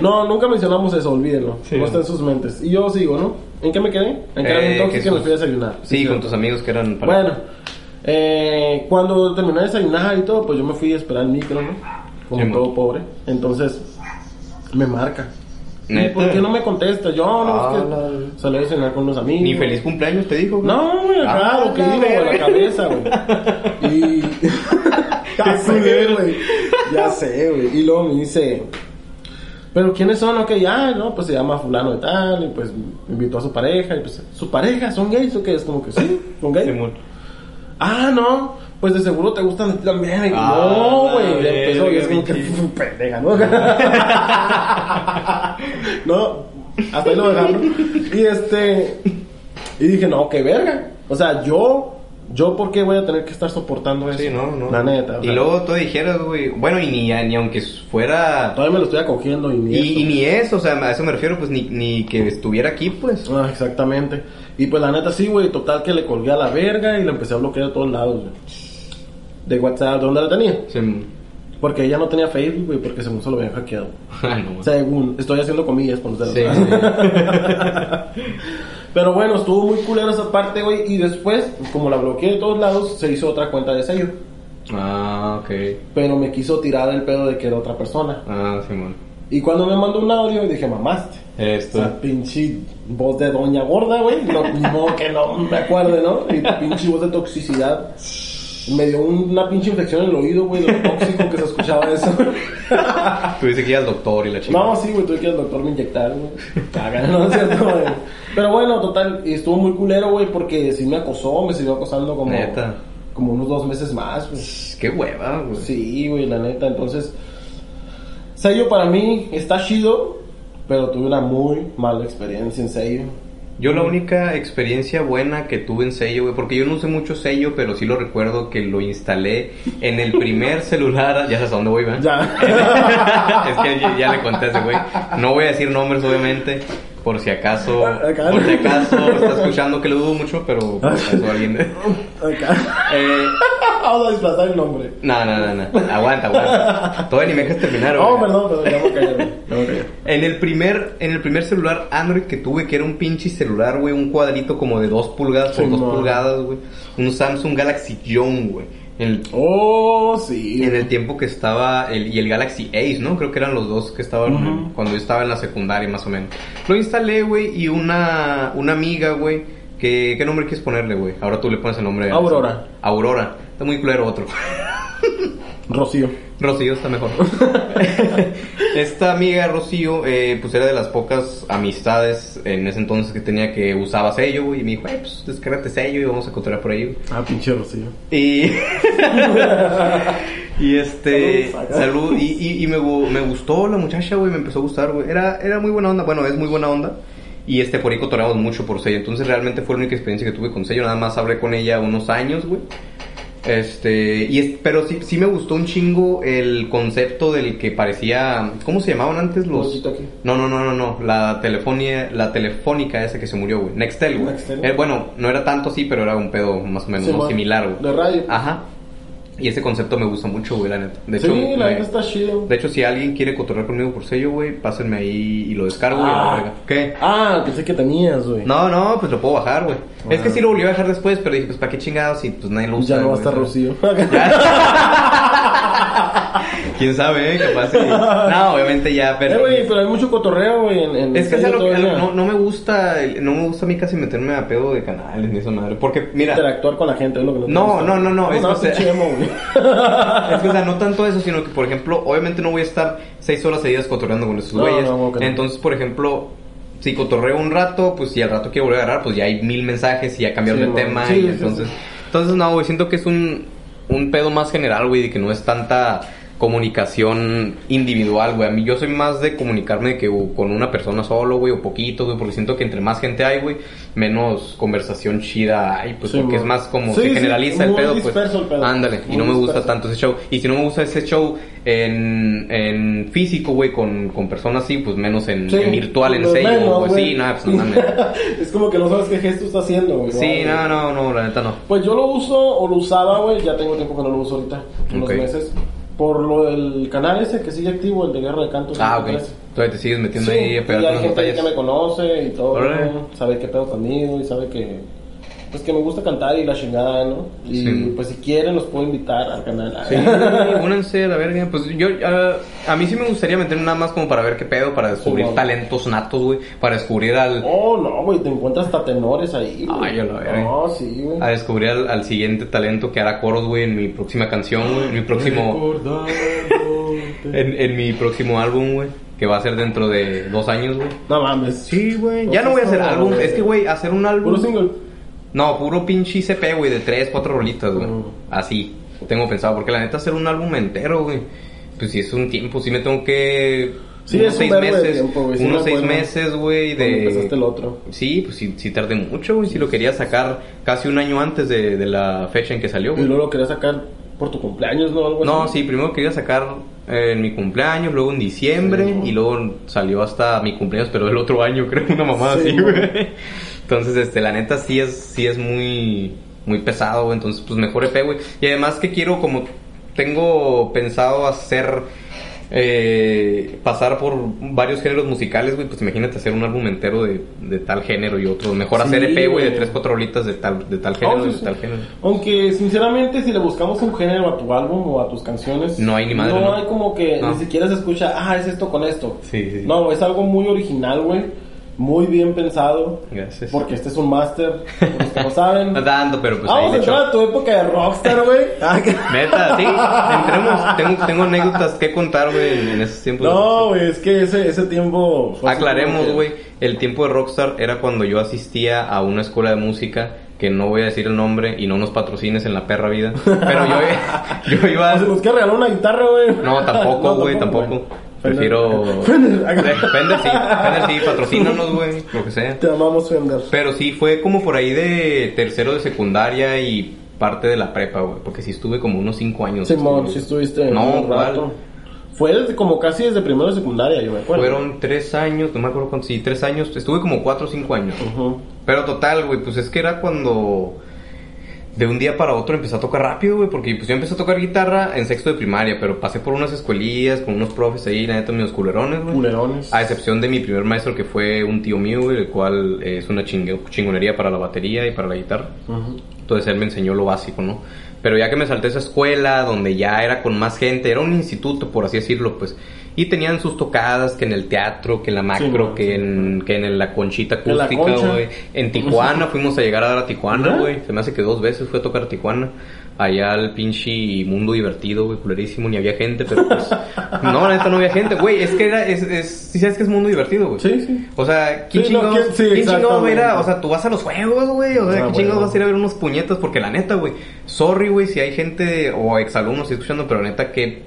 Speaker 2: No, nunca mencionamos eso, olvídenlo.
Speaker 1: Sí.
Speaker 2: no está en sus mentes. Y yo sigo, ¿no? ¿En qué me quedé? En que era
Speaker 1: Eh,
Speaker 2: bien tóxica
Speaker 1: que
Speaker 2: y me
Speaker 1: sus-
Speaker 2: fui a desayunar.
Speaker 1: Sí, con
Speaker 2: cierto.
Speaker 1: tus amigos que eran para-
Speaker 2: Bueno, eh, cuando terminé de desayunar y todo, pues yo me fui a esperar el micro, ¿no? Como
Speaker 1: Sí,
Speaker 2: todo
Speaker 1: mo.
Speaker 2: pobre. Entonces, me marca. ¿Y
Speaker 1: ¿Neta?
Speaker 2: por qué no me contesta? Yo no, es que
Speaker 1: Ah,
Speaker 2: salí a cenar con unos amigos.
Speaker 1: Ni feliz cumpleaños te dijo, güey.
Speaker 2: No, güey,
Speaker 1: Ah,
Speaker 2: acá lo que
Speaker 1: la
Speaker 2: digo, güey, la
Speaker 1: verga.
Speaker 2: cabeza, güey. Y. ya sé, güey. Ya sé, güey. Y luego me dice. Pero quiénes son, ok, ya, no, pues se llama fulano de tal, y pues invitó a su pareja, y pues, su pareja, son gays, o qué, es como que sí, son gays.
Speaker 1: Simón.
Speaker 2: Ah, no. Pues de seguro te gustan a ti también. Y,
Speaker 1: Ah,
Speaker 2: no,
Speaker 1: la
Speaker 2: güey. Ya empezó y es como que
Speaker 1: verga,
Speaker 2: "Fu, pendeja, ¿no? no, hasta ahí lo dejamos. Y este. Y dije, no, qué verga. O sea, yo. ¿Yo por qué voy a tener que estar soportando eso?
Speaker 1: Sí, no, no.
Speaker 2: La neta. o
Speaker 1: Y
Speaker 2: sea,
Speaker 1: luego tú dijeras, güey. Bueno, y ni, ni aunque fuera.
Speaker 2: Todavía me lo estoy acogiendo y ni.
Speaker 1: Y, y
Speaker 2: eso.
Speaker 1: ni eso, o sea, a eso me refiero, pues ni, ni que estuviera aquí, pues.
Speaker 2: Ah, exactamente. Y pues la neta sí, güey. Total que le colgué a la verga y le empecé a bloquear de todos lados, güey. de WhatsApp, ¿dónde la tenía?
Speaker 1: Se...
Speaker 2: Porque ella no tenía Facebook, güey, porque según se lo habían hackeado.
Speaker 1: Ah, no, güey.
Speaker 2: Según, estoy haciendo comillas con ustedes.
Speaker 1: Sí,
Speaker 2: ¿verdad? Pero bueno, estuvo muy culero esa parte, güey. Y después, como la bloqueé de todos lados, se hizo otra cuenta de sello.
Speaker 1: Ah, ok.
Speaker 2: Pero me quiso tirar el pedo de que era otra persona.
Speaker 1: Ah, Simón.
Speaker 2: Y cuando me mandó un audio, dije, mamaste.
Speaker 1: Esto.
Speaker 2: Esa pinche voz de doña gorda, güey. No, ni modo que no me acuerde, ¿no? Y pinche voz de toxicidad. Me dio una pinche infección en el oído, güey, de lo tóxico que se escuchaba eso.
Speaker 1: Tú dices que ya es doctor y la chica.
Speaker 2: No, sí, güey, tuve que ir al doctor me inyectar, güey. Caga, no es cierto, güey. Pero bueno, total, y estuvo muy culero, güey, porque sí me acosó, me siguió acosando como...
Speaker 1: Neta.
Speaker 2: Como unos dos meses más, güey.
Speaker 1: Qué hueva, güey.
Speaker 2: Sí, güey, la neta, entonces... Sello para mí está chido, pero tuve una muy mala experiencia en sello.
Speaker 1: Yo la única experiencia buena que tuve en sello, güey, porque yo no usé mucho sello, pero sí lo recuerdo que lo instalé en el primer celular, ya sabes a dónde voy, ¿verdad?
Speaker 2: Ya.
Speaker 1: es que ya, ya le conté a ese güey. No voy a decir nombres, obviamente, por si acaso,
Speaker 2: Ah, Acá.
Speaker 1: por si acaso está escuchando, que lo dudo mucho, pero por si acaso alguien...
Speaker 2: Acá.
Speaker 1: Eh,
Speaker 2: Vamos a disfrazar el nombre.
Speaker 1: no, no, no, no, aguanta, aguanta. Todavía ni me dejas terminar, güey.
Speaker 2: Oh, perdón, perdón, ya me callé, güey. Ya me callé.
Speaker 1: En el primer, en el primer celular Android que tuve, que era un pinche celular, güey, un cuadrito como de 2 pulgadas por
Speaker 2: Sí,
Speaker 1: 2
Speaker 2: no.
Speaker 1: pulgadas, güey. Un Samsung Galaxy Young, güey. En el,
Speaker 2: Oh, sí.
Speaker 1: en el tiempo que estaba el, y el Galaxy Ace, ¿no? Creo que eran los dos que estaban
Speaker 2: Ujú.
Speaker 1: cuando yo estaba en la secundaria más o menos. Lo instalé, güey, y una, una amiga, güey, que, ¿qué nombre quieres ponerle, güey? Ahora tú le pones el nombre.
Speaker 2: Aurora.
Speaker 1: Aurora. Está muy culero otro.
Speaker 2: Rocío.
Speaker 1: Rocío está mejor. Esta amiga Rocío, eh, pues era de las pocas amistades en ese entonces que tenía que usaba sello, güey. Y me dijo, eh, pues descárgate sello y vamos a cotorrear por ahí, güey".
Speaker 2: Ah, pinche Rocío.
Speaker 1: Y. y este.
Speaker 2: Salud,
Speaker 1: Salud.
Speaker 2: saca.
Speaker 1: y y, y me, gu- me gustó la muchacha, güey. Me empezó a gustar, güey. Era, era muy buena onda. Bueno, es muy buena onda. Y este, por ahí cotorreamos mucho por sello. Entonces realmente fue la única experiencia que tuve con sello. Nada más hablé con ella unos años, güey. Este, y es- pero sí, sí me gustó un chingo el concepto del que parecía, ¿cómo se llamaban antes los?
Speaker 2: Poquito aquí.
Speaker 1: No, no, no, no, no, la telefonía, la telefónica esa que se murió, güey, Nextel, güey.
Speaker 2: Nextel.
Speaker 1: Eh, bueno, no era tanto así, pero era un pedo más o menos
Speaker 2: Sí,
Speaker 1: ¿no?
Speaker 2: ma.
Speaker 1: similar, güey.
Speaker 2: De radio.
Speaker 1: Ajá. Y ese concepto me gusta mucho, güey, la neta. De
Speaker 2: sí,
Speaker 1: hecho,
Speaker 2: la
Speaker 1: me-
Speaker 2: neta está chido.
Speaker 1: de hecho, si alguien quiere cotorrear conmigo por sello, güey, pásenme ahí y lo descargo, güey, a la verga.
Speaker 2: Ah,
Speaker 1: ¿Qué?
Speaker 2: Ah, pensé que tenías, güey.
Speaker 1: No, no, pues lo puedo bajar, güey. Es que
Speaker 2: Ah.
Speaker 1: sí lo volví a bajar después, pero dije, pues para qué chingados y pues nadie lo usa.
Speaker 2: ya no va a
Speaker 1: güey,
Speaker 2: estar
Speaker 1: ¿sabes?
Speaker 2: Rocío.
Speaker 1: Quién sabe, eh? capaz. sí. No, obviamente ya,
Speaker 2: Eh,
Speaker 1: pero.
Speaker 2: güey, pero hay mucho cotorreo, güey. En, en
Speaker 1: Es que es
Speaker 2: serio
Speaker 1: algo que
Speaker 2: todavía.
Speaker 1: algo- no, no me gusta, no me gusta a mí casi meterme a pedo de canales ni esa madre. Porque, mira,
Speaker 2: Interactuar con la gente es lo que no te
Speaker 1: No,
Speaker 2: gusta.
Speaker 1: no, no, no,
Speaker 2: Vamos
Speaker 1: es-
Speaker 2: a
Speaker 1: o
Speaker 2: dar
Speaker 1: sea-
Speaker 2: pinche emo, güey.
Speaker 1: es que, o sea, no tanto eso, sino que, por ejemplo, obviamente no voy a estar seis horas seguidas cotorreando con esos
Speaker 2: No,
Speaker 1: güeyes.
Speaker 2: no, ok.
Speaker 1: Entonces, por ejemplo, si cotorreo un rato, pues si al rato quiero volver a agarrar, pues ya hay mil mensajes y ya cambiaron
Speaker 2: Sí,
Speaker 1: de
Speaker 2: bueno.
Speaker 1: tema.
Speaker 2: Sí,
Speaker 1: y
Speaker 2: sí,
Speaker 1: entonces,
Speaker 2: sí.
Speaker 1: entonces no, güey, siento que es un, un pedo más general, güey, de que no es tanta comunicación individual, güey. A mí yo soy más de comunicarme de que o con una persona solo, güey, o poquito, güey, porque siento que entre más gente hay, güey, menos conversación chida hay, pues
Speaker 2: Sí,
Speaker 1: porque
Speaker 2: güey.
Speaker 1: es más como
Speaker 2: Sí,
Speaker 1: se
Speaker 2: sí,
Speaker 1: generaliza el
Speaker 2: muy
Speaker 1: pedo, pues.
Speaker 2: disperso el pedo.
Speaker 1: Ándale, y
Speaker 2: Muy
Speaker 1: no me gusta
Speaker 2: disperso.
Speaker 1: tanto tanto ese show. Y si no me gusta ese show en, en físico, güey, con, con personas así, pues menos en,
Speaker 2: Sí,
Speaker 1: en virtual, en
Speaker 2: pues,
Speaker 1: sello,
Speaker 2: menos,
Speaker 1: güey.
Speaker 2: güey.
Speaker 1: Sí, nada, pues no mames.
Speaker 2: es como que no sabes qué gesto está haciendo, güey.
Speaker 1: Sí,
Speaker 2: Vale.
Speaker 1: no, no, no, la neta no.
Speaker 2: Pues yo lo uso o lo usaba, güey. Ya tengo tiempo que no lo uso ahorita. Unos
Speaker 1: Ok.
Speaker 2: meses. Por lo del canal ese que sigue activo, el de Guerra de Cantos.
Speaker 1: Ah, ok.
Speaker 2: 53.
Speaker 1: Todavía te sigues metiendo
Speaker 2: Sí,
Speaker 1: ahí eh,
Speaker 2: y
Speaker 1: a pegarte
Speaker 2: hay
Speaker 1: unas
Speaker 2: gente que me
Speaker 1: batallas.
Speaker 2: conoce y todo,
Speaker 1: Órale.
Speaker 2: ¿no? sabe qué pedo conmigo y sabe que pues que me gusta cantar y la chingada, ¿no? Y
Speaker 1: Sí.
Speaker 2: pues si quieren los puedo invitar al canal.
Speaker 1: Sí, únanse a la verga. Pues yo, ah, a mí sí me gustaría meterme nada más como para ver qué pedo, para descubrir
Speaker 2: Sí, vamos.
Speaker 1: talentos natos, güey. Para descubrir al.
Speaker 2: Oh, no, güey, te encuentras hasta tenores ahí. güey.
Speaker 1: Ay, a la verga.
Speaker 2: No, sí, güey.
Speaker 1: A descubrir al, al siguiente talento que hará coros, güey, en mi próxima canción, güey, en mi próximo.
Speaker 2: Recordándote.
Speaker 1: En, en mi próximo álbum, güey. Que va a ser dentro de dos años, güey.
Speaker 2: No mames. pues,
Speaker 1: Sí, güey. Ya no voy a hacer álbum. Es que, güey, hacer un álbum.
Speaker 2: Puro single.
Speaker 1: No, puro pinche CP, güey, de tres, cuatro rolitas, güey.
Speaker 2: Mm.
Speaker 1: Así. Tengo pensado. Porque la neta, hacer un álbum entero, güey. Pues sí, es un tiempo. Sí, me tengo que.
Speaker 2: Sí,
Speaker 1: unos
Speaker 2: es un
Speaker 1: seis
Speaker 2: verbo de
Speaker 1: meses.
Speaker 2: tiempo, güey, sí me
Speaker 1: unos seis
Speaker 2: acuerdo.
Speaker 1: meses, güey,
Speaker 2: Cuando empezaste el
Speaker 1: de.
Speaker 2: otro.
Speaker 1: Sí, pues sí, sí tardé mucho, güey. Sí lo quería sacar casi un año antes de, de la fecha en que salió,
Speaker 2: Y
Speaker 1: güey.
Speaker 2: luego lo querías sacar por tu cumpleaños, Oh, ¿no? Algo
Speaker 1: No,
Speaker 2: así.
Speaker 1: sí, primero quería sacar eh, en mi cumpleaños, luego en diciembre
Speaker 2: Sí, ¿no?
Speaker 1: y luego salió hasta mi cumpleaños, pero el otro año, creo, una mamada
Speaker 2: Sí,
Speaker 1: así,
Speaker 2: ¿no?
Speaker 1: güey. Entonces, este, la neta sí es sí es muy muy pesado, güey. Entonces, pues mejor EP, güey. Y además que quiero, como tengo pensado hacer. eh, pasar por varios géneros musicales, güey. Pues imagínate hacer un álbum entero de, de tal género y otro. Mejor hacer
Speaker 2: Sí,
Speaker 1: EP, güey, de
Speaker 2: güey.
Speaker 1: 3, 4 bolitas de tal, de tal género,
Speaker 2: Oh, sí,
Speaker 1: de
Speaker 2: sí.
Speaker 1: tal género.
Speaker 2: Aunque sinceramente si le buscamos un género a tu álbum o a tus canciones,
Speaker 1: No hay ni madre,
Speaker 2: No,
Speaker 1: ¿no?
Speaker 2: hay como que
Speaker 1: No.
Speaker 2: ni siquiera se escucha, ah, es esto con esto.
Speaker 1: Sí, sí, sí.
Speaker 2: No, es algo muy original, güey. Muy bien pensado.
Speaker 1: Gracias.
Speaker 2: Porque este es un máster, por los que no saben.
Speaker 1: Dando, pero pues ahí
Speaker 2: Vamos
Speaker 1: le
Speaker 2: a
Speaker 1: echo.
Speaker 2: entrar a tu época de rockstar, güey. Ah, que-
Speaker 1: Neta, sí, entremos. Tengo, tengo anécdotas que contar, güey, en- en esos tiempos.
Speaker 2: No, güey, es que ese, ese tiempo... fue así como
Speaker 1: Aclaremos,
Speaker 2: que-
Speaker 1: güey, el tiempo de Rockstar era cuando yo asistía a una escuela de música que no voy a decir el nombre y no nos patrocines en la perra vida. Pero yo, yo iba.
Speaker 2: O si nos quiere regalar una guitarra, güey.
Speaker 1: No, tampoco, güey, tampoco.
Speaker 2: güey.
Speaker 1: Prefiero.
Speaker 2: Fender. Fender.
Speaker 1: Fender sí, Fender sí, patrocínanos, güey, lo que sea.
Speaker 2: Te amamos Fender.
Speaker 1: Pero sí, fue como por ahí de tercero de secundaria y parte de la prepa, güey, porque sí estuve como unos cinco años.
Speaker 2: Simón,
Speaker 1: estuve-
Speaker 2: si estuviste
Speaker 1: No,
Speaker 2: un
Speaker 1: ¿cuál?
Speaker 2: rato. Fue desde, como casi desde primero de secundaria, yo me acuerdo.
Speaker 1: Fueron tres años, no me acuerdo cuántos, sí, tres años, estuve como cuatro o cinco años.
Speaker 2: Ujú.
Speaker 1: Pero total, güey, pues es que era cuando de un día para otro empecé a tocar rápido, güey, porque pues yo empecé a tocar guitarra en sexto de primaria, pero pasé por unas escuelillas con unos profes ahí, la neta, unos culerones, güey.
Speaker 2: Culerones.
Speaker 1: A excepción de mi primer maestro que fue un tío mío, güey, el cual eh, es una chingue- chingonería para la batería y para la guitarra.
Speaker 2: Ujú.
Speaker 1: Entonces él me enseñó lo básico, ¿no? Pero ya que me salté a esa escuela, donde ya era con más gente, era un instituto, por así decirlo, pues. Y tenían sus tocadas, que en el teatro, que en la macro,
Speaker 2: no,
Speaker 1: que,
Speaker 2: sí,
Speaker 1: en, que en la conchita
Speaker 2: En la
Speaker 1: acústica,
Speaker 2: concha.
Speaker 1: güey. En Tijuana, fuimos a llegar a dar a Tijuana,
Speaker 2: ¿Verdad?
Speaker 1: güey. Se me hace que dos veces fui a tocar a Tijuana. Allá al pinche mundo divertido, güey, culerísimo, ni había gente, pero pues... no, la neta no había gente, güey. Es que era, es, es, si sabes que es mundo divertido, güey.
Speaker 2: Sí, sí.
Speaker 1: O sea, ¿quién
Speaker 2: Sí, no,
Speaker 1: chingados-
Speaker 2: ¿quién- sí,
Speaker 1: quién chingados va a ir a-
Speaker 2: exactamente.
Speaker 1: O sea, tú vas a los juegos, güey. O sea,
Speaker 2: Ah,
Speaker 1: ¿qué
Speaker 2: bueno.
Speaker 1: chingados vas a ir a ver unos puñetas? Porque la neta, güey. Sorry, güey, si hay gente o exalumnos estoy escuchando, pero neta, qué,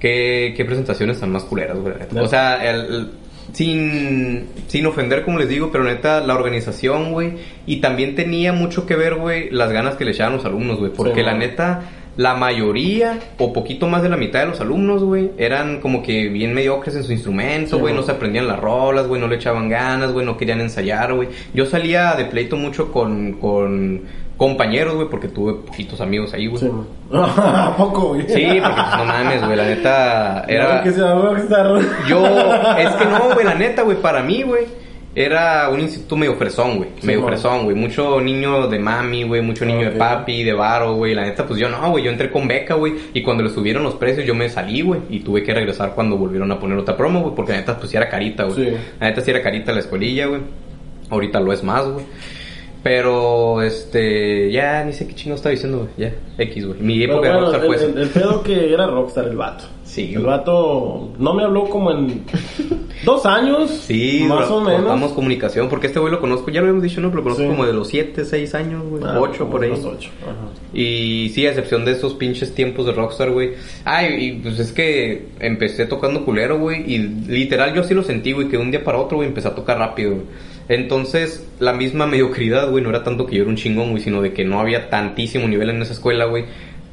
Speaker 1: qué, qué presentaciones tan más culeras, güey. la neta.
Speaker 2: Neta.
Speaker 1: O sea, el- el- sin, sin ofender, como les digo, pero neta, la organización, güey. Y también tenía mucho que ver, güey, las ganas que le echaban los alumnos, güey. Porque
Speaker 2: Sí,
Speaker 1: la
Speaker 2: man.
Speaker 1: neta. La mayoría, o poquito más de la mitad de los alumnos, güey, eran como que bien mediocres en su instrumento,
Speaker 2: Sí,
Speaker 1: güey, no
Speaker 2: man.
Speaker 1: se aprendían las rolas, güey, no le echaban ganas, güey, no querían ensayar, güey. Yo salía de pleito mucho con, con compañeros, güey, porque tuve poquitos amigos ahí, güey.
Speaker 2: Sí.
Speaker 1: Sí,
Speaker 2: ¿A poco, güey?
Speaker 1: porque pues, no mames, güey, la neta era...
Speaker 2: No, que se llama rockstar.
Speaker 1: Yo, es que no, güey, la neta, güey, para mí, güey, era un instituto medio fresón, güey.
Speaker 2: Sí,
Speaker 1: medio
Speaker 2: no.
Speaker 1: fresón, güey. Mucho niño de mami, güey. Mucho niño
Speaker 2: Ok.
Speaker 1: de papi, de varo, güey. La neta, pues yo no, güey. Yo entré con beca, güey. Y cuando le subieron los precios, yo me salí, güey. Y tuve que regresar cuando volvieron a poner otra promo, güey. Porque la neta, pues sí era carita, güey.
Speaker 2: Sí.
Speaker 1: La neta, sí era carita la escuelilla, güey. Ahorita lo es más, güey. Pero, este, ya ni sé qué chingo estaba diciendo, güey. Ya, X, güey. Mi época
Speaker 2: Pero
Speaker 1: de
Speaker 2: bueno,
Speaker 1: Rockstar fue
Speaker 2: el,
Speaker 1: esa.
Speaker 2: el- el pedo que era rockstar el vato.
Speaker 1: Sí,
Speaker 2: El
Speaker 1: güey.
Speaker 2: vato no me habló como en dos años.
Speaker 1: Sí,
Speaker 2: más o menos.
Speaker 1: Cortamos comunicación, porque este güey lo conozco, ya lo habíamos dicho, ¿no? Pero lo conozco
Speaker 2: Sí.
Speaker 1: como de los 7, 6 años, güey.
Speaker 2: Ah,
Speaker 1: 8
Speaker 2: como
Speaker 1: por ahí.
Speaker 2: unos ocho. Ajá.
Speaker 1: Y sí, a excepción de esos pinches tiempos de Rockstar, güey. Ay, y pues es que empecé tocando culero, güey. Y literal yo así lo sentí, güey, que de un día para otro, güey, empecé a tocar rápido, güey. Entonces, la misma mediocridad, güey, no era tanto que yo era un chingón, güey, sino de que no había tantísimo nivel en esa escuela, güey.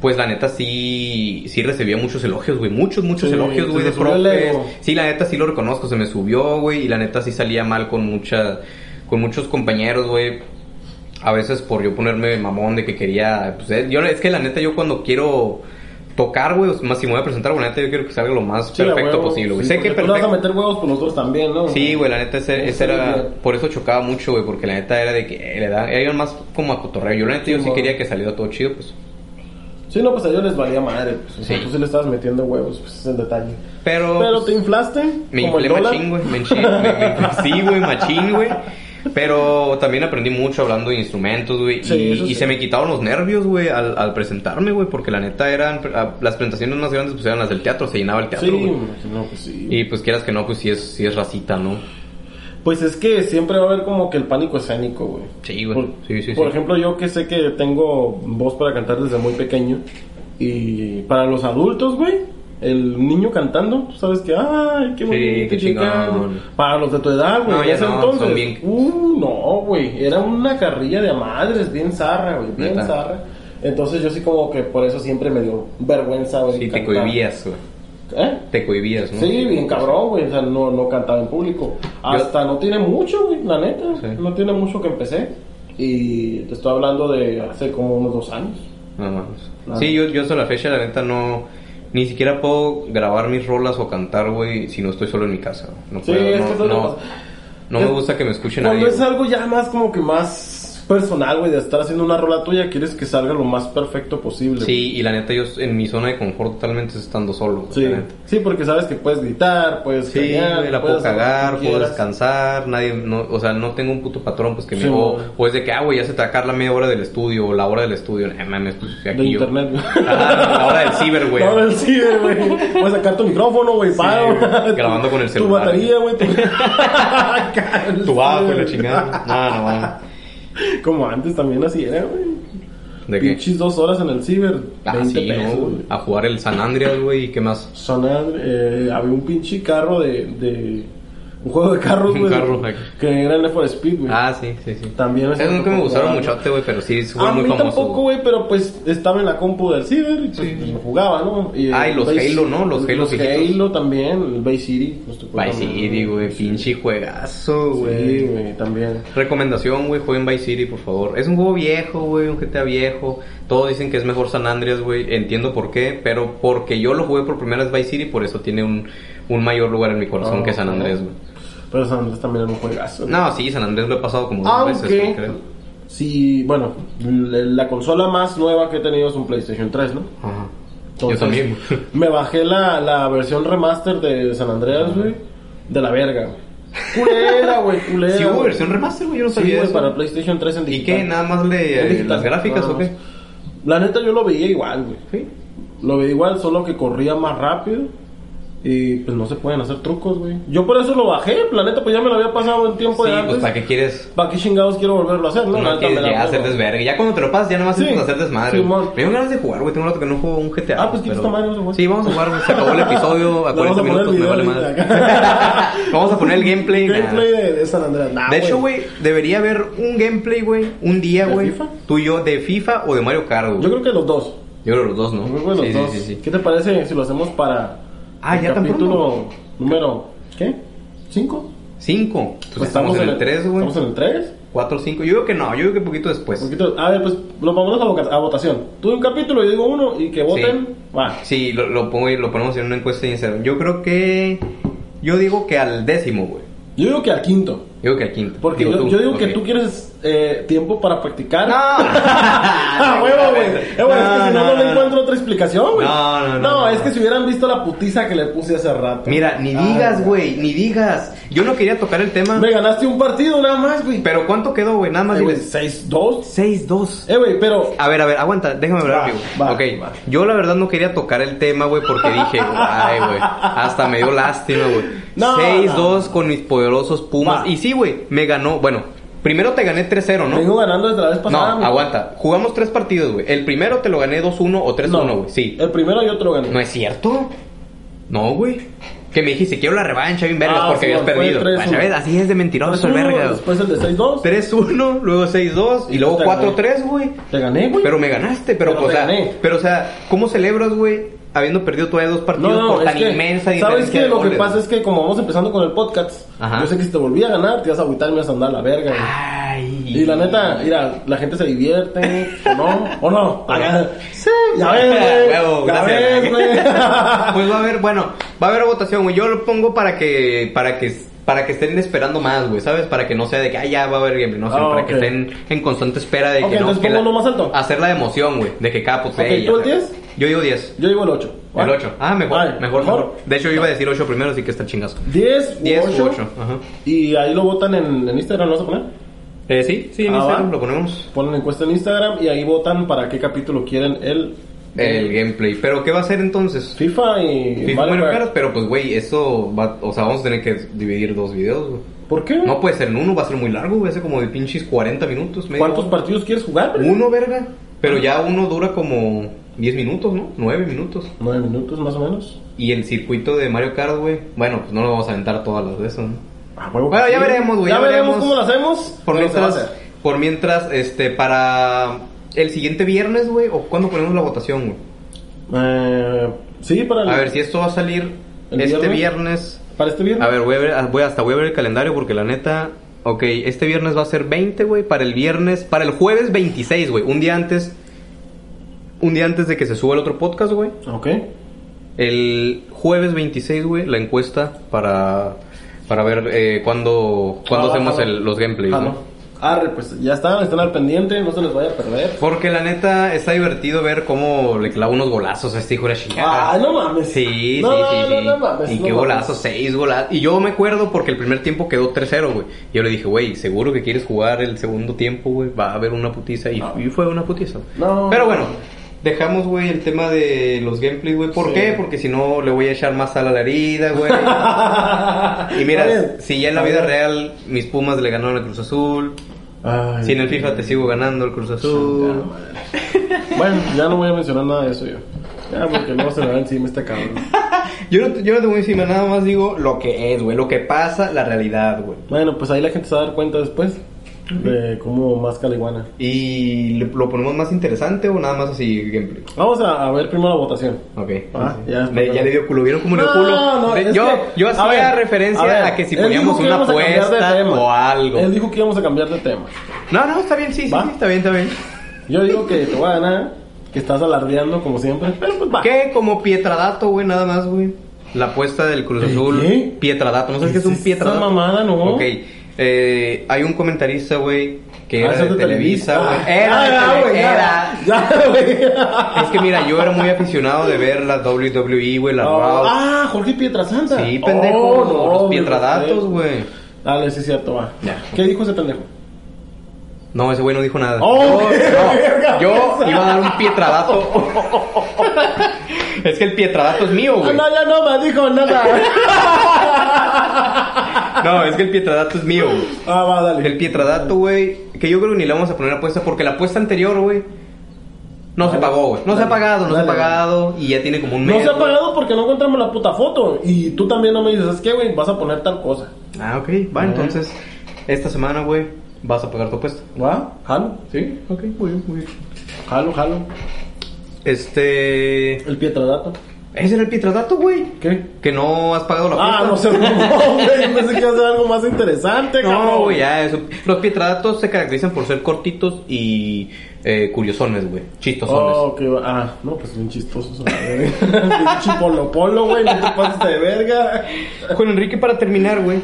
Speaker 1: Pues la neta sí, sí recibía muchos elogios, güey. Muchos, muchos
Speaker 2: Sí,
Speaker 1: elogios,
Speaker 2: se
Speaker 1: güey, de
Speaker 2: te subió el
Speaker 1: profes.
Speaker 2: ego.
Speaker 1: Sí, la neta sí lo reconozco, se me subió, güey, y la neta sí salía mal con mucha, con muchos compañeros, güey. A veces por yo ponerme mamón de que quería, pues eh, yo es que la neta yo cuando quiero tocar, güey, o más si me voy a presentar, güey, la neta yo quiero que salga lo más
Speaker 2: Sí, a
Speaker 1: perfecto
Speaker 2: huevo.
Speaker 1: posible, güey.
Speaker 2: Sí,
Speaker 1: sé que
Speaker 2: porque tú le vas a
Speaker 1: perfecto.
Speaker 2: meter huevos por nosotros también, ¿no?
Speaker 1: Sí, güey, la neta ese,
Speaker 2: Sí,
Speaker 1: ese era
Speaker 2: güey.
Speaker 1: por eso chocaba mucho, güey, porque la neta era de que eh, le da, era más como a cotorreo. Yo la neta yo sí
Speaker 2: Simón.
Speaker 1: quería que saliera todo chido, pues.
Speaker 2: Sí, no, pues a ellos les valía madre. Pues, o sea,
Speaker 1: Sí.
Speaker 2: tú sí le estabas metiendo huevos, pues ese es el detalle.
Speaker 1: Pero,
Speaker 2: Pero
Speaker 1: pues,
Speaker 2: te inflaste.
Speaker 1: Me
Speaker 2: como el
Speaker 1: inflé
Speaker 2: dólar.
Speaker 1: machín, güey. Me enchi- me- me inflé- sí, güey, machín, güey. Pero también aprendí mucho hablando de instrumentos, güey.
Speaker 2: Sí,
Speaker 1: y
Speaker 2: eso
Speaker 1: y
Speaker 2: sí.
Speaker 1: se me quitaron los nervios, güey, al, al presentarme, güey. Porque la neta eran... pre- a- Las presentaciones más grandes pues eran las del teatro. Se llenaba el
Speaker 2: Sí,
Speaker 1: teatro,
Speaker 2: me
Speaker 1: güey.
Speaker 2: imagino que sí.
Speaker 1: Y pues quieras que no, pues sí es, sí es racita, ¿no?
Speaker 2: Pues es que siempre va a haber como que el pánico escénico, güey.
Speaker 1: Sí, güey.
Speaker 2: Por,
Speaker 1: Sí, sí,
Speaker 2: por
Speaker 1: sí.
Speaker 2: ejemplo, yo que sé que tengo voz para cantar desde muy pequeño. Y para los adultos, güey, el niño cantando, tú sabes que, ay, qué bonito,
Speaker 1: qué
Speaker 2: chica.
Speaker 1: chingón.
Speaker 2: Para los de tu edad, güey,
Speaker 1: No,
Speaker 2: en
Speaker 1: ya
Speaker 2: ese
Speaker 1: no,
Speaker 2: entonces.
Speaker 1: son bien-
Speaker 2: Uh, no, güey, era una carrilla de madres, bien zarra, güey, bien
Speaker 1: Neta.
Speaker 2: zarra. Entonces yo sí como que por eso siempre me dio vergüenza, güey.
Speaker 1: Sí, te
Speaker 2: cantar.
Speaker 1: cohibías, güey.
Speaker 2: ¿Eh?
Speaker 1: Te cohibías, ¿no?
Speaker 2: Sí, bien cabrón, güey. O sea, no, no cantaba en público. Hasta no tiene mucho, güey, la neta.
Speaker 1: Sí.
Speaker 2: No tiene mucho que empecé. Y te estoy hablando de hace como unos dos años.
Speaker 1: No mames.
Speaker 2: Ah.
Speaker 1: Sí, yo, yo hasta la fecha, la neta, no. Ni siquiera puedo grabar mis rolas o cantar, güey, si no estoy solo en mi casa. güey. No
Speaker 2: Sí,
Speaker 1: puedo,
Speaker 2: es
Speaker 1: no,
Speaker 2: que eso
Speaker 1: no-
Speaker 2: no pasa.
Speaker 1: no me gusta que me escuchen
Speaker 2: Cuando
Speaker 1: nadie.
Speaker 2: es algo ya más como que más personal, güey, de estar haciendo una rola tuya, quieres que salga lo más perfecto posible. güey.
Speaker 1: Sí, y la neta, yo en mi zona de confort totalmente es estando solo. güey,
Speaker 2: Sí,
Speaker 1: la neta.
Speaker 2: sí, porque sabes que puedes gritar, puedes
Speaker 1: Sí,
Speaker 2: callar,
Speaker 1: güey, la puedo
Speaker 2: puedes hacer lo que
Speaker 1: cagar, puedo
Speaker 2: quieras.
Speaker 1: descansar, nadie, no, o sea, no tengo un puto patrón, pues que
Speaker 2: Sí,
Speaker 1: me o,
Speaker 2: güey.
Speaker 1: o es de que, ah, güey, ya se te va a acabar la media hora del estudio o la hora del estudio, nah, mames, pues aquí
Speaker 2: De
Speaker 1: yo-
Speaker 2: internet, güey.
Speaker 1: Ah, la hora del ciber, güey.
Speaker 2: La hora del ciber, güey. Puedes sacar tu micrófono, güey, paro.
Speaker 1: güey. Grabando con el celular,
Speaker 2: Tu batería, güey. Tu...
Speaker 1: Tu bajo y la chingada. No, no, no.
Speaker 2: Como antes también así era, güey.
Speaker 1: ¿De qué?
Speaker 2: Pinches dos horas en el ciber.
Speaker 1: Ah,
Speaker 2: 20
Speaker 1: sí,
Speaker 2: pesos,
Speaker 1: ¿no?
Speaker 2: güey.
Speaker 1: A jugar el San Andreas, güey, y qué más.
Speaker 2: Sonar, eh, había un pinche carro de, de- Un juego de carros,
Speaker 1: Un
Speaker 2: güey.
Speaker 1: carro, güey.
Speaker 2: Que era el Need for Speed, güey.
Speaker 1: Ah, sí, sí, sí.
Speaker 2: También
Speaker 1: Esos nunca me
Speaker 2: tocó
Speaker 1: gustaron
Speaker 2: jugar,
Speaker 1: mucho, güey, pero sí,
Speaker 2: A
Speaker 1: fueron
Speaker 2: mí
Speaker 1: muy famosos.
Speaker 2: tampoco,
Speaker 1: güey.
Speaker 2: güey, pero pues estaba en la compu del ciber y pues, pues, lo jugaba, ¿no? Y,
Speaker 1: Ah,
Speaker 2: eh,
Speaker 1: y los
Speaker 2: Vice-
Speaker 1: Halo, ¿no? Los Halo
Speaker 2: Los
Speaker 1: viejitos.
Speaker 2: Halo también, el Vice City. nos tocó
Speaker 1: Vice
Speaker 2: también.
Speaker 1: City, güey, pinche juegazo, güey.
Speaker 2: Sí, güey, también.
Speaker 1: Recomendación, güey, jueguen Vice City, por favor. Es un juego viejo, güey, un GTA viejo. Todos dicen que es mejor San Andreas, güey. Entiendo por qué, pero porque yo lo jugué por primera vez Vice City, por eso tiene un, un mayor lugar en mi corazón
Speaker 2: Ah,
Speaker 1: que San
Speaker 2: ok.
Speaker 1: Andreas, güey.
Speaker 2: Pero San Andrés también era un juegazo. güey.
Speaker 1: No, sí, San Andreas lo he pasado como dos
Speaker 2: Ah,
Speaker 1: veces, güey,
Speaker 2: Aunque,
Speaker 1: creo.
Speaker 2: sí, bueno, la la consola más nueva que he tenido es un PlayStation 3, ¿no?
Speaker 1: Ajá.
Speaker 2: Entonces,
Speaker 1: yo también. güey.
Speaker 2: Me bajé la, la versión remaster de San Andreas, güey. De la verga, güey. Culera, güey, culera.
Speaker 1: Sí hubo
Speaker 2: güey.
Speaker 1: versión remaster, güey, yo no
Speaker 2: Sí,
Speaker 1: sabía
Speaker 2: güey,
Speaker 1: eso.
Speaker 2: para PlayStation 3 en
Speaker 1: ¿Y
Speaker 2: digital.
Speaker 1: qué? ¿Nada más
Speaker 2: En
Speaker 1: le,
Speaker 2: digital, Ah.
Speaker 1: las gráficas
Speaker 2: nada
Speaker 1: o qué?
Speaker 2: más. La neta yo lo veía igual, güey.
Speaker 1: Sí.
Speaker 2: Lo veía igual, solo que corría más rápido. Y pues no se pueden hacer trucos, güey. Yo por eso lo bajé, planeta, pues ya me lo había pasado en tiempo de
Speaker 1: Sí,
Speaker 2: antes.
Speaker 1: pues ¿para qué quieres?
Speaker 2: ¿Para qué chingados quiero volverlo a hacer? No,
Speaker 1: No,
Speaker 2: La neta,
Speaker 1: quieres
Speaker 2: me la
Speaker 1: llegar a hacer
Speaker 2: juego.
Speaker 1: desvergue. Ya cuando te lo pasas, ya nomás
Speaker 2: Sí.
Speaker 1: empiezas a hacer desmadre. güey.
Speaker 2: Simón.
Speaker 1: me dieron ganas de jugar, güey. Tengo un rato que no juego un GTA.
Speaker 2: Ah, pues, ¿quieres tomar? Vamos a jugar.
Speaker 1: Sí, vamos a jugar, güey. Se acabó el episodio a
Speaker 2: Le vamos
Speaker 1: 40
Speaker 2: a poner el
Speaker 1: minutos, me
Speaker 2: video
Speaker 1: vale
Speaker 2: ahorita
Speaker 1: madre.
Speaker 2: acá.
Speaker 1: vamos a poner el gameplay. nah.
Speaker 2: Gameplay de, de San Andreas. Nah,
Speaker 1: De hecho, güey, debería haber un gameplay, güey, un día,
Speaker 2: ¿De
Speaker 1: güey,
Speaker 2: FIFA?
Speaker 1: tú y yo, de FIFA o de Mario Kart, güey.
Speaker 2: Yo creo que los dos.
Speaker 1: Yo creo los dos, ¿no?
Speaker 2: Yo creo que los
Speaker 1: sí,
Speaker 2: dos.
Speaker 1: sí, sí, sí.
Speaker 2: ¿Qué te parece si lo hacemos para
Speaker 1: Ah,
Speaker 2: el
Speaker 1: ya tan
Speaker 2: capítulo número... ¿Qué? ¿Cinco?
Speaker 1: Cinco. Pues, estamos, en el 3, güey.
Speaker 2: Estamos en el 3.
Speaker 1: 4, 5. Yo digo que no, yo digo que poquito después.
Speaker 2: Poquito- a ver, pues lo vamos a, voca- a votación. Tú un capítulo, yo digo uno y que voten. Va.
Speaker 1: Sí, lo, lo, pongo y lo ponemos en una encuesta de Instagram. Yo creo que. Yo digo que al décimo, güey.
Speaker 2: Yo digo que al quinto.
Speaker 1: Yo digo que al quinto.
Speaker 2: Porque yo,
Speaker 1: tú.
Speaker 2: yo digo
Speaker 1: Ok.
Speaker 2: que tú quieres eh, tiempo para practicar.
Speaker 1: ¡No!
Speaker 2: ¡Ah, huevo, güey! Eh, güey, es que si no, no, le encuentro otra explicación, güey.
Speaker 1: No, no, no, no,
Speaker 2: es
Speaker 1: no.
Speaker 2: que si hubieran visto la putiza que le puse hace rato.
Speaker 1: Mira, ni
Speaker 2: Ay,
Speaker 1: digas,
Speaker 2: Ah, ya.
Speaker 1: güey, ni digas. Yo no quería tocar el tema.
Speaker 2: Me ganaste un partido nada más, güey.
Speaker 1: Pero ¿cuánto quedó, güey? Nada más,
Speaker 2: Eh, güey,
Speaker 1: güey.
Speaker 2: 6-2.
Speaker 1: 6-2.
Speaker 2: Eh, güey, pero.
Speaker 1: A ver, a ver, aguanta, déjame hablar,
Speaker 2: Va,
Speaker 1: amigo.
Speaker 2: va,
Speaker 1: ok,
Speaker 2: va.
Speaker 1: yo la verdad no quería tocar el tema, güey, porque dije, ay, güey, hasta me dio lástima, güey.
Speaker 2: No,
Speaker 1: 6-2 con mis poderosos Pumas.
Speaker 2: Va.
Speaker 1: Y sí, güey, me ganó. Bueno, primero te gané 3-0, ¿no?
Speaker 2: Vengo ganando desde la vez
Speaker 1: No,
Speaker 2: pasada. güey.
Speaker 1: aguanta. Jugamos tres partidos, güey. El primero te lo gané 2-1 o 3-1,
Speaker 2: No,
Speaker 1: güey. Sí.
Speaker 2: El primero yo te lo gané.
Speaker 1: ¿No es cierto? No, güey. Que me dijiste, quiero la revancha, bien vergas,
Speaker 2: Ah,
Speaker 1: porque
Speaker 2: sí,
Speaker 1: habías
Speaker 2: fue
Speaker 1: perdido.
Speaker 2: 3-1.
Speaker 1: Vaya, ¿ves? Así es de mentiroso el
Speaker 2: 3-1,
Speaker 1: verga. güey.
Speaker 2: Después el de 6-2.
Speaker 1: 3-1, luego 6-2 y luego
Speaker 2: te
Speaker 1: 4-3, güey.
Speaker 2: Te gané, güey.
Speaker 1: Pero me ganaste, pero,
Speaker 2: Pero
Speaker 1: pues,
Speaker 2: te
Speaker 1: o sea,
Speaker 2: gané.
Speaker 1: pero o sea, ¿cómo celebras, güey, habiendo perdido todavía dos
Speaker 2: No,
Speaker 1: partidos
Speaker 2: no,
Speaker 1: por
Speaker 2: es
Speaker 1: tan
Speaker 2: que,
Speaker 1: inmensa
Speaker 2: ¿Sabes
Speaker 1: diferencia
Speaker 2: qué?
Speaker 1: de
Speaker 2: Lo que
Speaker 1: goles,
Speaker 2: pasa
Speaker 1: güey?
Speaker 2: es que como vamos empezando con el podcast,
Speaker 1: Ajá.
Speaker 2: yo sé que si te volví a ganar, te vas a agüitar y me vas a andar a la verga, güey.
Speaker 1: Ay.
Speaker 2: Y la neta, mira, la gente se divierte, ¿o no? ¿O no? Acá- Sí, ya ves,
Speaker 1: Huevo,
Speaker 2: güey. Ya
Speaker 1: gracias.
Speaker 2: ves, güey.
Speaker 1: Pues va a haber, bueno, va a haber votación, güey. Yo lo pongo para que, para que, para que estén esperando más, güey, ¿sabes? Para que no sea de que, ah, ya va a haber gameplay, no, sino
Speaker 2: Ah,
Speaker 1: para
Speaker 2: ok.
Speaker 1: que estén en constante espera de
Speaker 2: Ok,
Speaker 1: que no.
Speaker 2: entonces
Speaker 1: que
Speaker 2: pongo uno más alto.
Speaker 1: Hacer la emoción, güey, de que cada pues,
Speaker 2: Ok,
Speaker 1: ella,
Speaker 2: ¿tú el
Speaker 1: ¿sabes?
Speaker 2: 10?
Speaker 1: Yo digo 10.
Speaker 2: Yo digo el 8.
Speaker 1: El 8. Ah, mejor,
Speaker 2: Vale,
Speaker 1: mejor,
Speaker 2: mejor.
Speaker 1: mejor. De hecho, yo iba a decir 8 primero, así que está el chingazo.
Speaker 2: 10 u
Speaker 1: 10 u
Speaker 2: 8.
Speaker 1: 8. Ajá.
Speaker 2: Y ahí lo votan en, en Instagram, ¿lo vas a poner?
Speaker 1: Eh, sí, sí, en
Speaker 2: Ah,
Speaker 1: Instagram
Speaker 2: va.
Speaker 1: lo ponemos.
Speaker 2: Ponen encuesta en Instagram y ahí votan para qué capítulo quieren el
Speaker 1: El gameplay. Pero, ¿qué va a ser entonces?
Speaker 2: FIFA y
Speaker 1: FIFA
Speaker 2: Mario
Speaker 1: Mario
Speaker 2: Kart.
Speaker 1: Kart, pero pues, güey, eso va. O sea, vamos a tener que dividir dos videos, güey.
Speaker 2: ¿Por qué?
Speaker 1: No puede ser en uno, va a ser muy largo, güey. Hace como de pinches 40 minutos. media
Speaker 2: ¿Cuántos
Speaker 1: hora.
Speaker 2: partidos quieres jugar? güey?
Speaker 1: Uno, verga. Pero ya uno dura como 10 minutos, ¿no? 9 minutos.
Speaker 2: 9 minutos más o menos.
Speaker 1: Y el circuito de Mario Kart, güey. Bueno, pues no lo vamos a aventar todas las de eso, ¿no?
Speaker 2: Ah, huevo
Speaker 1: Bueno,
Speaker 2: que
Speaker 1: ya veremos, güey,
Speaker 2: Ya,
Speaker 1: ya
Speaker 2: veremos
Speaker 1: veremos.
Speaker 2: cómo lo hacemos.
Speaker 1: Por
Speaker 2: pero se va a
Speaker 1: mientras,
Speaker 2: hacer.
Speaker 1: por mientras, este, para el siguiente viernes, güey, o cuando ponemos la votación, güey.
Speaker 2: Eh, sí, para, el-
Speaker 1: A ver si esto va a salir
Speaker 2: ¿El
Speaker 1: este
Speaker 2: viernes?
Speaker 1: viernes.
Speaker 2: para este viernes.
Speaker 1: ah, A ver, voy a ver, voy hasta voy a ver el calendario porque la neta Ok, este viernes va a ser 20, güey. Para el viernes, para el jueves 26, güey. Un día antes. Un día antes de que se suba el otro podcast, güey.
Speaker 2: Ok.
Speaker 1: El jueves 26, güey, la encuesta para, para ver eh, cuándo, cuándo
Speaker 2: Ah,
Speaker 1: hacemos
Speaker 2: jalo.
Speaker 1: el- los gameplays,
Speaker 2: Jalo.
Speaker 1: ¿no?
Speaker 2: Arre, pues ya están, están al pendiente, no se les vaya a perder.
Speaker 1: Porque la neta está divertido ver cómo le clava unos golazos a este hijo de la chingada.
Speaker 2: Ah, no mames.
Speaker 1: Sí,
Speaker 2: No,
Speaker 1: sí,
Speaker 2: no,
Speaker 1: sí,
Speaker 2: no,
Speaker 1: sí.
Speaker 2: no mames,
Speaker 1: y
Speaker 2: no
Speaker 1: qué
Speaker 2: mames.
Speaker 1: golazo, seis golazos. Y yo me acuerdo porque el primer tiempo quedó 3-0, güey. Yo le dije, güey, seguro que quieres jugar el segundo tiempo, güey. Va a haber una putiza. Y,
Speaker 2: No.
Speaker 1: y fue una putiza.
Speaker 2: No.
Speaker 1: Pero bueno, dejamos, güey, el tema de los gameplays, güey. ¿Por
Speaker 2: Sí.
Speaker 1: qué? Porque si no, le voy a echar más sal a la herida, güey. y mira,
Speaker 2: Está bien.
Speaker 1: si ya en la vida real mis Pumas le ganaron al Cruz Azul.
Speaker 2: Ay,
Speaker 1: Si en el FIFA te sigo ganando el Cruz
Speaker 2: chingada
Speaker 1: Azul.
Speaker 2: madre. Bueno, ya no voy a mencionar nada de eso yo. Ya, porque luego se me va encima este cabrón.
Speaker 1: Yo no, yo no te voy encima, nada más digo lo que es, güey. Lo que pasa, la realidad, güey.
Speaker 2: Bueno, pues ahí la gente se va a dar cuenta después de cómo más caliguana.
Speaker 1: ¿Y le- lo ponemos más interesante o nada más así gameplay?
Speaker 2: Vamos a, a ver primero la votación.
Speaker 1: Ok.
Speaker 2: Ah, ya.
Speaker 1: Le- ya le dio culo, vieron como le dio
Speaker 2: No,
Speaker 1: culo.
Speaker 2: no,
Speaker 1: Le-
Speaker 2: es
Speaker 1: yo,
Speaker 2: que-
Speaker 1: yo
Speaker 2: a
Speaker 1: hacía
Speaker 2: ver,
Speaker 1: referencia a,
Speaker 2: ver,
Speaker 1: que si
Speaker 2: él dijo
Speaker 1: poníamos
Speaker 2: que
Speaker 1: una
Speaker 2: íbamos a cambiar de
Speaker 1: apuesta
Speaker 2: tema.
Speaker 1: o algo.
Speaker 2: Él dijo que íbamos a cambiar de tema.
Speaker 1: No, no, está bien, sí, sí,
Speaker 2: ¿Va?
Speaker 1: sí, está bien, está bien.
Speaker 2: Yo digo que te voy a ganar, que estás alardeando como siempre, pero pues va.
Speaker 1: ¿Qué? Como Pietradato, güey, nada más, güey. La apuesta del Cruz
Speaker 2: ¿El
Speaker 1: Azul.
Speaker 2: qué?
Speaker 1: Pietradato, ¿no sabes qué
Speaker 2: ¿Qué
Speaker 1: es un
Speaker 2: es esa
Speaker 1: Pietradato?
Speaker 2: mamada, no?
Speaker 1: Ok. Eh, hay un comentarista, güey, que
Speaker 2: Ah,
Speaker 1: era
Speaker 2: eso
Speaker 1: de
Speaker 2: te
Speaker 1: Televisa, güey.
Speaker 2: Ah,
Speaker 1: Era, de
Speaker 2: ya,
Speaker 1: Tele-
Speaker 2: güey, ya.
Speaker 1: era.
Speaker 2: Ya, güey.
Speaker 1: Es que mira, yo era muy aficionado de ver la WWE, güey, la Raw.
Speaker 2: Ah, Jorge Pietrasanta.
Speaker 1: Sí, pendejo,
Speaker 2: Oh,
Speaker 1: los
Speaker 2: güey,
Speaker 1: pietradatos, güey.
Speaker 2: Dale, sí es cierto, va.
Speaker 1: Ya.
Speaker 2: ¿Qué dijo ese pendejo?
Speaker 1: No, ese güey no dijo nada.
Speaker 2: Oh,
Speaker 1: No,
Speaker 2: qué
Speaker 1: no,
Speaker 2: verga.
Speaker 1: yo iba a dar un pietradato. es que el pietradato es mío,
Speaker 2: Ah,
Speaker 1: güey.
Speaker 2: no, ya no me dijo nada.
Speaker 1: No, es que el pietradato es mío, güey.
Speaker 2: ah, va, dale.
Speaker 1: El pietradato, güey, que yo creo que ni le vamos a poner apuesta porque la apuesta anterior, güey, no se
Speaker 2: Dale.
Speaker 1: pagó, güey. No se ha
Speaker 2: Dale.
Speaker 1: pagado, no se ha
Speaker 2: Dale.
Speaker 1: pagado y ya tiene como un mes.
Speaker 2: No se ha
Speaker 1: güey.
Speaker 2: pagado porque no encontramos la puta foto. Y tú también no me dices, es que, güey, vas a poner tal cosa.
Speaker 1: Ah, ok, va,
Speaker 2: Ajá.
Speaker 1: entonces esta semana, güey, vas a pagar tu apuesta.
Speaker 2: ¿Va? ¿Jalo?
Speaker 1: Sí, ok, muy bien, muy bien.
Speaker 2: Jalo, jalo.
Speaker 1: Este.
Speaker 2: El pietradato.
Speaker 1: Ese era el pietradato, güey.
Speaker 2: ¿Qué?
Speaker 1: Que no has pagado la apuesta.
Speaker 2: Ah, no sé, no, güey. Yo pensé que iba a ser algo más interesante,
Speaker 1: No,
Speaker 2: cabrón.
Speaker 1: güey, ya eso. Los pietradatos se caracterizan por ser cortitos y eh, curiosones, güey. Chistosones.
Speaker 2: Oh, que va- Ah, no, pues bien chistoso. o sea, güey. Pinche polo polo, güey. No te pases de verga.
Speaker 1: Con Enrique, para terminar, güey,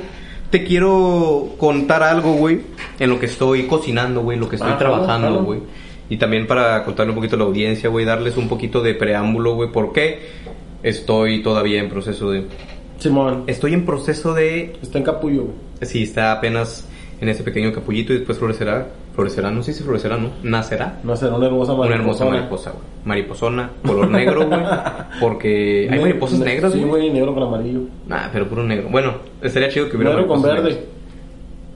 Speaker 1: te quiero contar algo, güey, en lo que estoy cocinando, güey, lo que estoy
Speaker 2: Ah, claro,
Speaker 1: trabajando,
Speaker 2: claro.
Speaker 1: güey. Y también para contarle un poquito a la audiencia, güey, darles un poquito de preámbulo, güey, por qué estoy todavía en proceso de...
Speaker 2: Simón,
Speaker 1: Estoy en proceso de...
Speaker 2: está en capullo, güey.
Speaker 1: Si está apenas en ese pequeño capullito y después florecerá. Florecerá, no sé si florecerá, ¿no? Nacerá.
Speaker 2: No sé, una hermosa mariposa.
Speaker 1: Una hermosa mariposa, güey. Mariposona, color negro, güey. Porque hay mariposas negras,
Speaker 2: Sí,
Speaker 1: güey.
Speaker 2: güey, negro con amarillo.
Speaker 1: Nah, pero puro negro. Bueno, estaría chido que hubiera
Speaker 2: Negro con
Speaker 1: mariposas
Speaker 2: verde.
Speaker 1: negras.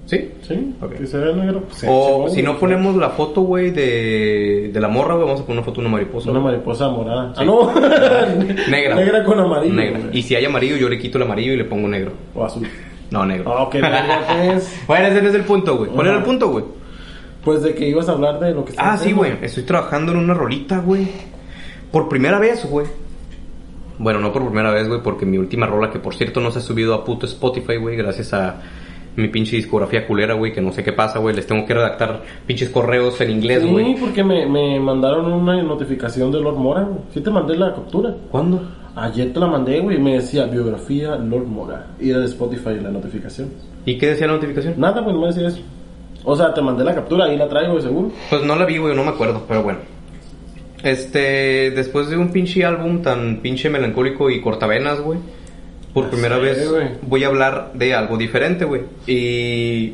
Speaker 1: ¿Sí?
Speaker 2: Sí,
Speaker 1: Ok.
Speaker 2: que se ve negro. pues, se-
Speaker 1: o
Speaker 2: chingón,
Speaker 1: si no
Speaker 2: güey.
Speaker 1: ponemos la foto, güey, de, de la morra, güey, vamos a poner una foto de una mariposa.
Speaker 2: Una mariposa morada.
Speaker 1: Sí.
Speaker 2: Ah, no.
Speaker 1: Negra.
Speaker 2: Negra con amarillo.
Speaker 1: Negra.
Speaker 2: güey.
Speaker 1: Y si hay amarillo, yo le quito el amarillo y le pongo negro.
Speaker 2: O azul.
Speaker 1: No, negro.
Speaker 2: Ah, qué verga es.
Speaker 1: Bueno, ese no es el punto, güey. ¿Cuál era el
Speaker 2: Ajá.
Speaker 1: punto, güey?
Speaker 2: Pues de que ibas a hablar de lo que estás
Speaker 1: Ah, sí,
Speaker 2: haciendo.
Speaker 1: güey. Estoy trabajando en una rolita, güey. Por primera vez, güey. Bueno, no por primera vez, güey, porque mi última rola, que por cierto no se ha subido a puto Spotify, güey, gracias a mi pinche discografía culera, güey, que no sé qué pasa, güey. Les tengo que redactar pinches correos en inglés,
Speaker 2: Sí,
Speaker 1: güey.
Speaker 2: porque me, me mandaron una notificación de Lord Mora. güey. Sí te mandé la captura.
Speaker 1: ¿Cuándo?
Speaker 2: Ayer te la mandé, güey, y me decía biografía Lord Mora. Y era de Spotify la notificación.
Speaker 1: ¿Y qué decía la notificación?
Speaker 2: Nada, güey, no me decía eso. O sea, te mandé la captura, ahí la traigo, güey, seguro.
Speaker 1: Pues no la vi, güey, no me acuerdo, pero bueno. Este, después de un pinche álbum tan pinche melancólico y cortavenas, güey, por
Speaker 2: Ya
Speaker 1: primera
Speaker 2: sé,
Speaker 1: vez
Speaker 2: güey.
Speaker 1: voy a hablar de algo diferente, güey. Y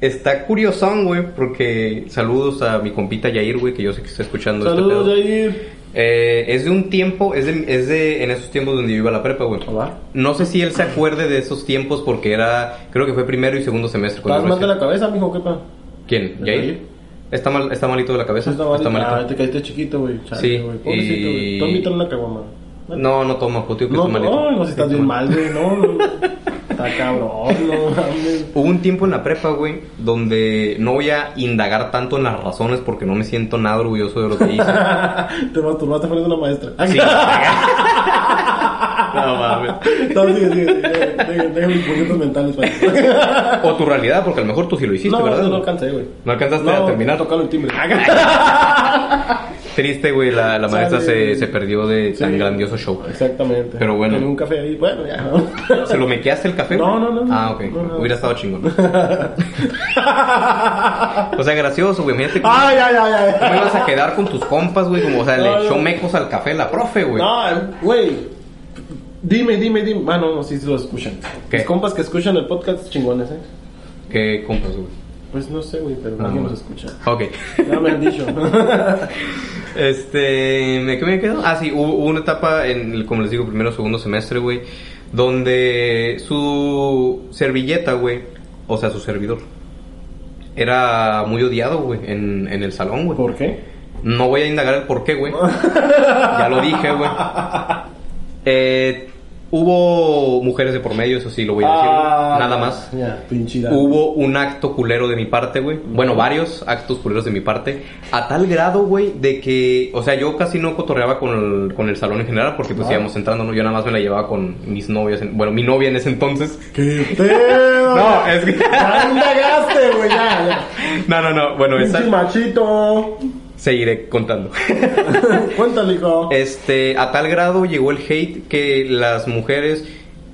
Speaker 1: está curiosón, güey, porque saludos a mi compita Yair, güey, que yo sé que está escuchando
Speaker 2: Saludos,
Speaker 1: este pedo.
Speaker 2: Jair.
Speaker 1: Eh, es de un tiempo, es de, es de en esos tiempos donde yo iba a la prepa, güey.
Speaker 2: Hola.
Speaker 1: No sé si él se acuerde de esos tiempos porque era, creo que fue primero y segundo semestre. cuando
Speaker 2: ¿Estás
Speaker 1: yo
Speaker 2: mal de
Speaker 1: me-
Speaker 2: la cabeza, mijo? ¿Qué pasa?
Speaker 1: ¿Quién?
Speaker 2: ¿De
Speaker 1: ¿Yair?
Speaker 2: Yair?
Speaker 1: ¿Está, mal, ¿Está malito de la cabeza?
Speaker 2: Está mal. Ah,
Speaker 1: malito.
Speaker 2: te caíste chiquito, güey. Chale,
Speaker 1: Sí,
Speaker 2: güey. Pobrecito,
Speaker 1: y-
Speaker 2: güey. Tú invítale una caguama.
Speaker 1: No, no toma, puto, tío, que
Speaker 2: No,
Speaker 1: está malito.
Speaker 2: no, no, si estás bien mal, güey, no, no. Está cabrón, no mames.
Speaker 1: Hubo un tiempo en la prepa, güey, donde no voy a indagar tanto en las razones porque no me siento nada orgulloso de lo que hice.
Speaker 2: Te masturbaste frente a una maestra.
Speaker 1: Sí. No mames.
Speaker 2: No, sigue, sigue. Tengo- Tengo mis puñetos mentales para
Speaker 1: O tu realidad, porque a lo mejor tú sí lo hiciste,
Speaker 2: No,
Speaker 1: ¿verdad?
Speaker 2: no, no alcancé, güey.
Speaker 1: No alcanzaste a terminar.
Speaker 2: Tocarlo el timbre.
Speaker 1: Triste, güey, la, la maestra
Speaker 2: Sale.
Speaker 1: se, se perdió de tan
Speaker 2: Sí.
Speaker 1: grandioso show.
Speaker 2: Exactamente.
Speaker 1: Pero bueno.
Speaker 2: Tenía un café ahí. Bueno, ya. ¿no?
Speaker 1: ¿Se lo mequeaste el café?
Speaker 2: No, no, no, no.
Speaker 1: Ah, ok.
Speaker 2: No, no.
Speaker 1: Hubiera estado chingón. o sea, gracioso, güey. Imagínate cómo
Speaker 2: Ay, ay, ay, ay.
Speaker 1: cómo ibas a quedar con tus compas, güey. Como, o sea,
Speaker 2: No,
Speaker 1: le
Speaker 2: no.
Speaker 1: echó mecos al café la profe, güey.
Speaker 2: No, güey. Dime, dime, dime. Ah, no, no, sí, sí lo escuchan.
Speaker 1: ¿Qué?
Speaker 2: Mis compas que escuchan el podcast, chingones, ¿eh?
Speaker 1: ¿Qué compas, güey?
Speaker 2: Pues no sé, güey, pero
Speaker 1: Ah,
Speaker 2: nadie
Speaker 1: bueno.
Speaker 2: nos escucha.
Speaker 1: Ok.
Speaker 2: Ya me han dicho.
Speaker 1: Este, ¿me, ¿qué me quedo? Ah, sí, hubo, hubo una etapa en, el, como les digo, primero segundo semestre, güey, donde su servilleta, güey, o sea, su servidor, era muy odiado, güey, en, en el salón, güey.
Speaker 2: ¿Por qué?
Speaker 1: No voy a indagar el por qué, güey. ya lo dije, güey. Eh, hubo mujeres de por medio, eso sí lo voy a decir, güey.
Speaker 2: Ah,
Speaker 1: nada más.
Speaker 2: Ya, pinchida.
Speaker 1: Hubo un acto culero de mi parte, güey. Bueno, varios actos culeros de mi parte. A tal grado, güey, de que... O sea, yo casi no cotorreaba con el, con el salón en general porque pues
Speaker 2: Ah.
Speaker 1: íbamos entrando, ¿no? Yo nada más me la llevaba con mis novias. en- bueno, mi novia en ese entonces.
Speaker 2: ¡Qué pedo!
Speaker 1: No, es que...
Speaker 2: Ya indagaste, güey, ya, ya.
Speaker 1: No, no, no. Bueno,
Speaker 2: Pinche
Speaker 1: esa...
Speaker 2: machito.
Speaker 1: Seguiré contando.
Speaker 2: Cuéntale, hijo.
Speaker 1: Este, a tal grado llegó el hate que las mujeres,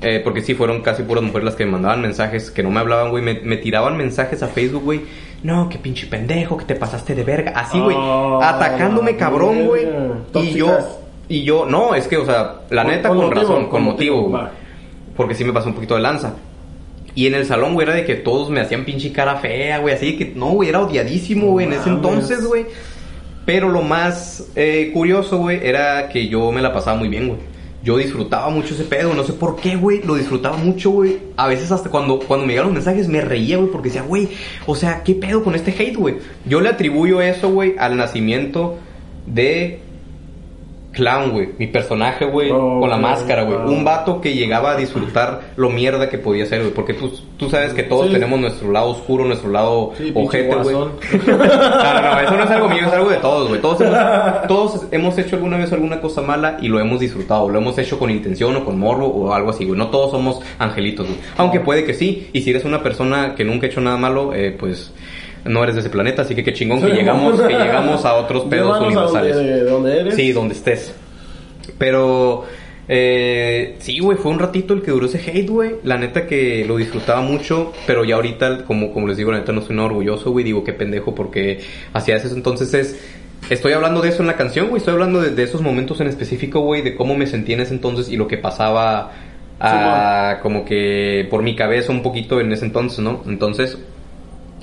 Speaker 1: eh, porque sí fueron casi puras mujeres las que me mandaban mensajes, que no me hablaban, güey, me, me tiraban mensajes a Facebook, güey. No, que pinche pendejo, que te pasaste de verga. Así, güey.
Speaker 2: Ah,
Speaker 1: atacándome
Speaker 2: la
Speaker 1: cabrón, güey.
Speaker 2: verga.
Speaker 1: Y yo,
Speaker 2: Tóxicas.
Speaker 1: y yo, no, es que, o sea, la neta con,
Speaker 2: motivo,
Speaker 1: razón, con motivo, güey.
Speaker 2: va.
Speaker 1: Porque sí me pasó un poquito de lanza. Y en el salón, güey, era de que todos me hacían pinche cara fea, güey. Así que, no, güey, era odiadísimo, güey, en ese
Speaker 2: Mames.
Speaker 1: entonces, güey. Pero lo más eh, curioso, güey, era que yo me la pasaba muy bien, güey. Yo disfrutaba mucho ese pedo, no sé por qué, güey, lo disfrutaba mucho, güey. A veces hasta cuando, cuando me llegaban los mensajes me reía, güey, porque decía, güey, o sea, ¿qué pedo con este hate, güey? Yo le atribuyo eso, güey, al nacimiento de Clown, güey. Mi personaje, güey,
Speaker 2: Oh,
Speaker 1: con la
Speaker 2: güey,
Speaker 1: máscara, güey.
Speaker 2: wow.
Speaker 1: Un vato que llegaba a disfrutar lo mierda que podía ser, güey. Porque tú, tú sabes que todos
Speaker 2: Sí.
Speaker 1: tenemos nuestro lado oscuro, nuestro lado
Speaker 2: Sí, pinche
Speaker 1: ojete, güey.
Speaker 2: guasón.
Speaker 1: No, no, no, eso no es algo mío, es algo de todos, güey. Todos hemos, todos hemos hecho alguna vez alguna cosa mala y lo hemos disfrutado. Lo hemos hecho con intención o con morbo o algo así, güey. No todos somos angelitos, güey. Aunque puede que sí. Y si eres una persona que nunca ha hecho nada malo, eh, pues no eres de ese planeta. Así que qué chingón que llegamos, que llegamos a otros pedos
Speaker 2: Llévanos a
Speaker 1: universales.
Speaker 2: Donde, donde eres.
Speaker 1: Sí, donde estés. Pero... Eh, sí, güey, fue un ratito el que duró ese hate, güey. La neta que lo disfrutaba mucho, pero ya ahorita, como, como les digo, la neta no soy nada orgulloso, güey. Digo, qué pendejo, porque hacia eso entonces es... Estoy hablando de eso en la canción, güey. Estoy hablando de, de esos momentos en específico, güey, de cómo me sentí en ese entonces y lo que pasaba ah, como que por mi cabeza un poquito en ese entonces, ¿no? Entonces,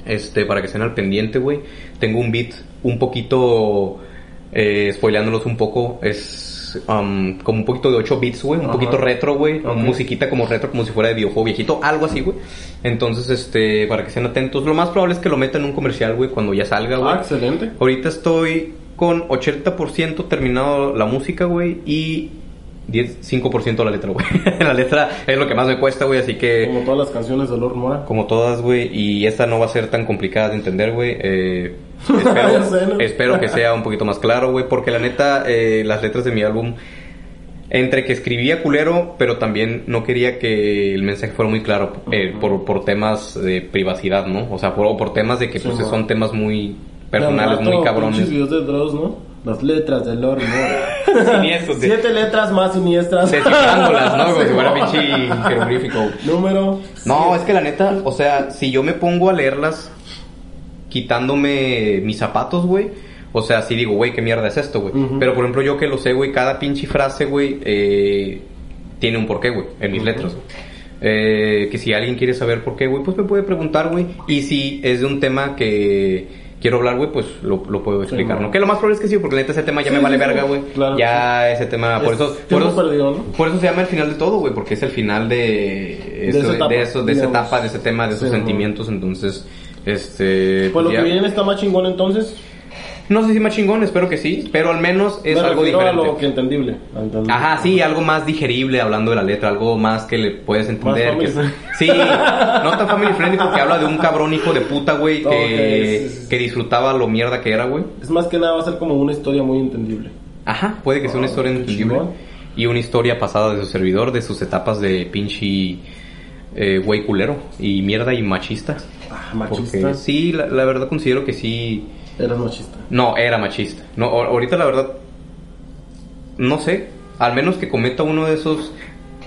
Speaker 1: este, para que estén al pendiente, güey. Tengo un beat un poquito, eh, spoileándolos un poco, es um, como un poquito de 8 bits, güey. Un
Speaker 2: Ajá.
Speaker 1: poquito retro, güey.
Speaker 2: Ok.
Speaker 1: Musiquita como retro, como si fuera de videojuego viejito, algo así, güey. Entonces, este, para que estén atentos. Lo más probable es que lo meta en un comercial, güey, cuando ya salga, güey.
Speaker 2: Ah, excelente.
Speaker 1: Ahorita estoy con 80% terminado la música, güey, y 10, 5% la letra, güey. la letra es lo que más me cuesta, güey, así que
Speaker 2: Como todas las canciones de Lord Mora.
Speaker 1: como todas, güey, y esta no va a ser tan complicada de entender, güey. Eh, espero,
Speaker 2: Ya sé, ¿no?
Speaker 1: espero que sea un poquito más claro, güey, porque la neta, eh, las letras de mi álbum, entre que escribía culero, pero también no quería que el mensaje fuera muy claro eh, por, por temas de privacidad, ¿no? O sea, por, por temas de que
Speaker 2: Sí,
Speaker 1: pues,
Speaker 2: ma.
Speaker 1: son temas muy personales, muy cabrones.
Speaker 2: Muchos videos de Dross, ¿no? Las letras de Lord Mora.
Speaker 1: Siniestros, de-
Speaker 2: Siete letras más siniestras.
Speaker 1: descifrándolas, ¿no? Como si
Speaker 2: Sí,
Speaker 1: fuera
Speaker 2: no.
Speaker 1: pinche jeroglífico.
Speaker 2: Número.
Speaker 1: No, es que la neta, o sea, si yo me pongo a leerlas quitándome mis zapatos, güey. O sea, sí digo, güey, qué mierda es esto, güey.
Speaker 2: Ujú.
Speaker 1: Pero por ejemplo, yo que lo sé, güey, cada pinche frase, güey, eh, tiene un porqué, güey, en mis
Speaker 2: Ujú.
Speaker 1: letras, güey. Eh, que si alguien quiere saber por qué, güey, pues me puede preguntar, güey. Y si es de un tema que quiero hablar, güey, pues lo, lo puedo explicar,
Speaker 2: no.
Speaker 1: ¿no? Que lo más probable es que sí, porque la neta ese tema ya
Speaker 2: Sí,
Speaker 1: me vale
Speaker 2: sí, sí.
Speaker 1: verga, güey.
Speaker 2: Claro.
Speaker 1: Ya ese tema, por
Speaker 2: Es
Speaker 1: eso, por
Speaker 2: tiempo
Speaker 1: eso,
Speaker 2: perdido, ¿no?
Speaker 1: por eso se llama el final de todo, güey, porque es el final de,
Speaker 2: De
Speaker 1: eso-
Speaker 2: esa
Speaker 1: de,
Speaker 2: etapa,
Speaker 1: eso- de esa
Speaker 2: digamos.
Speaker 1: etapa, de ese tema, de esos
Speaker 2: Sí,
Speaker 1: sentimientos, entonces, este...
Speaker 2: Pues lo
Speaker 1: ya-
Speaker 2: que viene está más chingón entonces.
Speaker 1: No sé si más chingón, espero que sí, pero al menos es
Speaker 2: Me
Speaker 1: algo
Speaker 2: refiero a
Speaker 1: diferente.
Speaker 2: lo que entendible. Entendible.
Speaker 1: Ajá, sí, algo más digerible hablando de la letra, algo más que le puedes entender.
Speaker 2: Más
Speaker 1: que-
Speaker 2: family
Speaker 1: sí, no tan family friendly porque habla de un cabrón hijo de puta, güey, que,
Speaker 2: Ok, sí, sí, sí.
Speaker 1: que disfrutaba lo mierda que era, güey.
Speaker 2: Es más que nada va a ser como una historia muy entendible.
Speaker 1: Ajá, puede que sea una
Speaker 2: Ah,
Speaker 1: historia
Speaker 2: qué
Speaker 1: entendible.
Speaker 2: chingón.
Speaker 1: y una historia pasada de su servidor, de sus etapas de pinche eh, güey culero y mierda y machista.
Speaker 2: Ah, machista.
Speaker 1: Porque sí, la, la verdad considero que sí.
Speaker 2: Eres machista.
Speaker 1: No, era machista. No, a- ahorita la verdad. No sé. Al menos que cometa uno de esos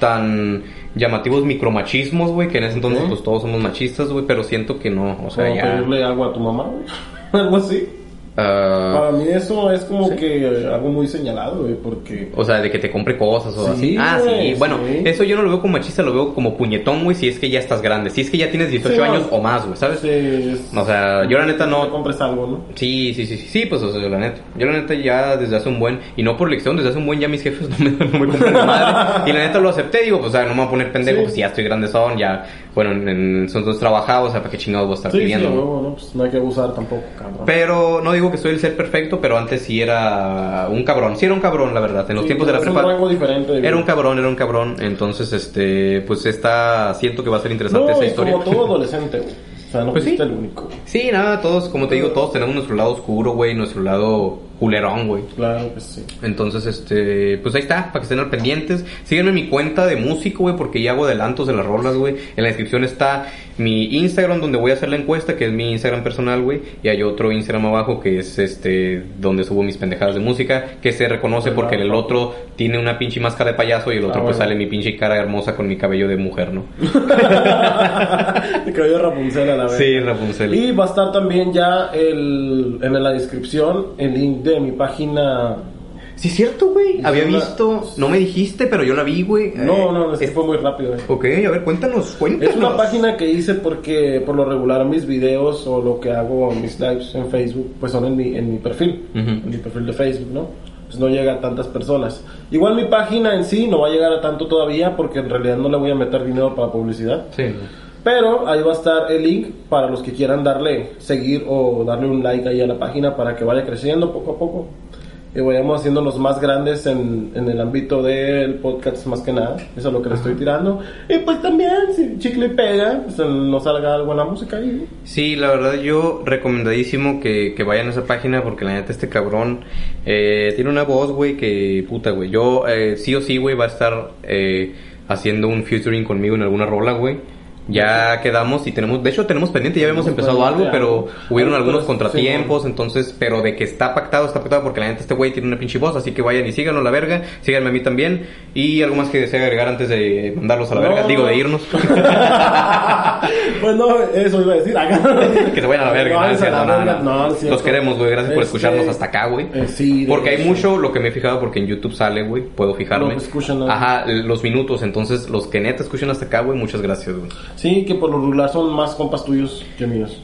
Speaker 1: tan llamativos micromachismos, güey, que en ese entonces
Speaker 2: Ok.
Speaker 1: pues todos somos machistas, güey, pero siento que no, o sea,
Speaker 2: Como
Speaker 1: Ah, ya...
Speaker 2: pedirle algo a tu mamá, güey. Algo así.
Speaker 1: ah,
Speaker 2: Para mí eso es como que eh, algo muy señalado, güey, porque...
Speaker 1: o sea, de que te compre cosas o así.
Speaker 2: Sí,
Speaker 1: Ah,
Speaker 2: güey,
Speaker 1: sí. Bueno,
Speaker 2: sí.
Speaker 1: eso yo no lo veo como machista, lo veo como puñetón, güey, si es que ya estás grande. Si es que ya tienes 18
Speaker 2: Sí, no.
Speaker 1: años o más, güey, ¿sabes?
Speaker 2: este, es-
Speaker 1: O sea, yo la neta no...
Speaker 2: Te compres algo, ¿no?
Speaker 1: Sí, sí, sí, sí, sí, pues o sea, la neta. Yo la neta ya desde hace un buen, y no por lección, desde hace un buen ya mis jefes no me, no me compran ni madre. Y la neta lo acepté, digo, pues o sea, no me voy a poner pendejo,
Speaker 2: Sí.
Speaker 1: pues ya estoy grandezón, ya, bueno, en, en- son dos trabajados, o sea, para qué chingados voy a estar
Speaker 2: Sí, sí,
Speaker 1: pidiendo. ¿no?
Speaker 2: luego, ¿no? Pues no hay que abusar tampoco, cabrón.
Speaker 1: Pero no digo que soy el ser perfecto, pero antes sí era un cabrón, sí era un cabrón, la verdad, en los
Speaker 2: Sí,
Speaker 1: tiempos de la
Speaker 2: es un
Speaker 1: prepa.
Speaker 2: rango diferente. güey.
Speaker 1: Era un cabrón, era un cabrón, entonces este, pues está, siento que va a ser interesante
Speaker 2: No,
Speaker 1: esa
Speaker 2: y
Speaker 1: historia.
Speaker 2: como todo adolescente, güey. O sea, no
Speaker 1: Pues sí.
Speaker 2: fuiste el único, güey.
Speaker 1: Sí, nada, todos, como te digo, todos tenemos nuestro lado oscuro, güey, nuestro lado culerón, güey.
Speaker 2: Claro que sí.
Speaker 1: Entonces, este, pues ahí está, para que estén al pendientes. Síguenme en mi cuenta de músico, güey, porque ya hago adelantos de las rolas, güey. En la descripción está mi Instagram donde voy a hacer la encuesta, que es mi Instagram personal, güey. Y hay otro Instagram abajo que es este, donde subo mis pendejadas de música, que se reconoce porque en el otro tiene una pinche máscara de payaso y el otro
Speaker 2: Pues Ah,
Speaker 1: pues
Speaker 2: bueno.
Speaker 1: sale mi pinche cara hermosa con mi cabello de mujer, ¿no?
Speaker 2: Te creyó Rapunzel a la vez.
Speaker 1: Sí, Rapunzel.
Speaker 2: Y va a estar también ya el, en la descripción el link de mi página.
Speaker 1: Sí, es cierto, güey.
Speaker 2: Es
Speaker 1: Había
Speaker 2: una-
Speaker 1: visto, no me dijiste, pero yo la vi, güey.
Speaker 2: No, no, es que
Speaker 1: Eh,
Speaker 2: fue muy rápido. eh.
Speaker 1: Ok, a ver, cuéntanos, cuéntanos.
Speaker 2: Es una página que hice porque por lo regular mis videos o lo que hago en mis lives en Facebook pues son en mi, en mi perfil,
Speaker 1: Ujú.
Speaker 2: en mi perfil de Facebook, ¿no? Pues no llega a tantas personas. Igual mi página en sí no va a llegar a tanto todavía porque en realidad no le voy a meter dinero para publicidad.
Speaker 1: Sí.
Speaker 2: Pero ahí va a estar el link para los que quieran darle seguir o darle un like ahí a la página para que vaya creciendo poco a poco. Y vayamos haciéndonos más grandes en, en el ámbito del podcast más que nada. Eso es lo que le estoy tirando. Y pues también, si chicle y pega, pues no salga algo en la música ahí.
Speaker 1: Sí, la verdad yo recomendadísimo que, que vayan a esa página porque la neta este cabrón eh, tiene una voz, güey, que puta, güey. Yo eh, sí o sí, güey, va a estar eh, haciendo un featuring conmigo en alguna rola, güey. Ya quedamos y tenemos, de hecho tenemos pendiente, ya habíamos
Speaker 2: Tenemos
Speaker 1: empezado algo,
Speaker 2: pendiente
Speaker 1: pero
Speaker 2: algo.
Speaker 1: hubieron
Speaker 2: Algo,
Speaker 1: algunos
Speaker 2: pero-
Speaker 1: contratiempos, entonces, pero de que está pactado, está pactado porque la neta este güey tiene una pinche voz, así que vayan y síganlo a la verga, síganme a mí también. Y algo más que desea agregar antes de mandarlos a la
Speaker 2: No,
Speaker 1: verga, digo,
Speaker 2: no.
Speaker 1: de irnos.
Speaker 2: Pues no, eso iba a decir.
Speaker 1: Que se vayan a la verga.
Speaker 2: No,
Speaker 1: no, es
Speaker 2: se
Speaker 1: cierto,
Speaker 2: la
Speaker 1: no,
Speaker 2: verga,
Speaker 1: no.
Speaker 2: no, es cierto.
Speaker 1: Los queremos, güey. Gracias por
Speaker 2: Este,
Speaker 1: escucharnos hasta acá, güey.
Speaker 2: eh, sí, de
Speaker 1: Porque hay
Speaker 2: hecho.
Speaker 1: mucho lo que me he fijado, porque en YouTube sale, güey. Puedo fijarme.
Speaker 2: No, pues, escuchan, ¿no?
Speaker 1: Ajá, los minutos. Entonces, los que neta escuchan hasta acá, güey, muchas gracias, güey.
Speaker 2: Sí, que por lo regular son más compas tuyos que míos.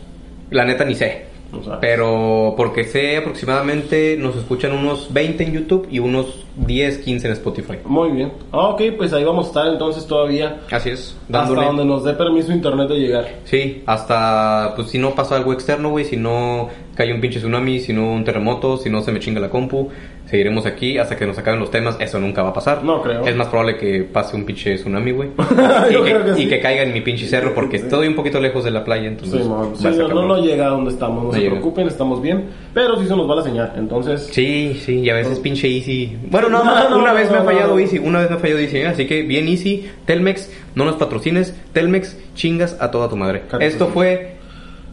Speaker 1: La neta ni sé.
Speaker 2: O sea,
Speaker 1: Pero porque sé aproximadamente nos escuchan unos 20 en YouTube y unos 10, 15 en Spotify.
Speaker 2: Muy bien. Ah, ok, pues ahí vamos a estar entonces todavía.
Speaker 1: Así es.
Speaker 2: Hasta donde
Speaker 1: Dándole.
Speaker 2: nos dé permiso internet de llegar.
Speaker 1: Sí, hasta pues si no pasa algo externo, güey, si no cae un pinche tsunami, si no un terremoto, si no se me chinga la compu, seguiremos aquí hasta que nos acaben los temas, eso nunca va a pasar.
Speaker 2: No creo.
Speaker 1: Es más probable que pase un pinche tsunami, güey. y,
Speaker 2: Yo
Speaker 1: que,
Speaker 2: creo que
Speaker 1: y
Speaker 2: sí.
Speaker 1: que caiga en mi pinche cerro porque estoy un poquito lejos de la playa, entonces.
Speaker 2: Sí, mon.
Speaker 1: Pues, va
Speaker 2: Sí,
Speaker 1: a estar
Speaker 2: no, no
Speaker 1: cabrón.
Speaker 2: llega a donde estamos, no,
Speaker 1: No
Speaker 2: se
Speaker 1: llega.
Speaker 2: preocupen, estamos bien. Pero sí se nos va la señal, entonces.
Speaker 1: Sí, sí, y a veces pinche Easy. Bueno, no,
Speaker 2: No,
Speaker 1: no,
Speaker 2: no,
Speaker 1: una vez
Speaker 2: no,
Speaker 1: me ha
Speaker 2: no,
Speaker 1: fallado
Speaker 2: no.
Speaker 1: Easy, una vez me ha fallado Easy, ¿eh? así que bien Easy, Telmex, no nos patrocines, Telmex, chingas a toda tu madre.
Speaker 2: Claro que
Speaker 1: Esto
Speaker 2: sí.
Speaker 1: fue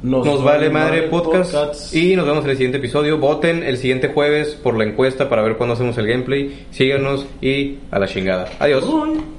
Speaker 1: Nos, vale madre podcast, y nos vemos en el siguiente episodio. Voten el siguiente jueves por la encuesta para ver cuándo hacemos el gameplay. Síganos y a la chingada. Adiós.
Speaker 2: Bye.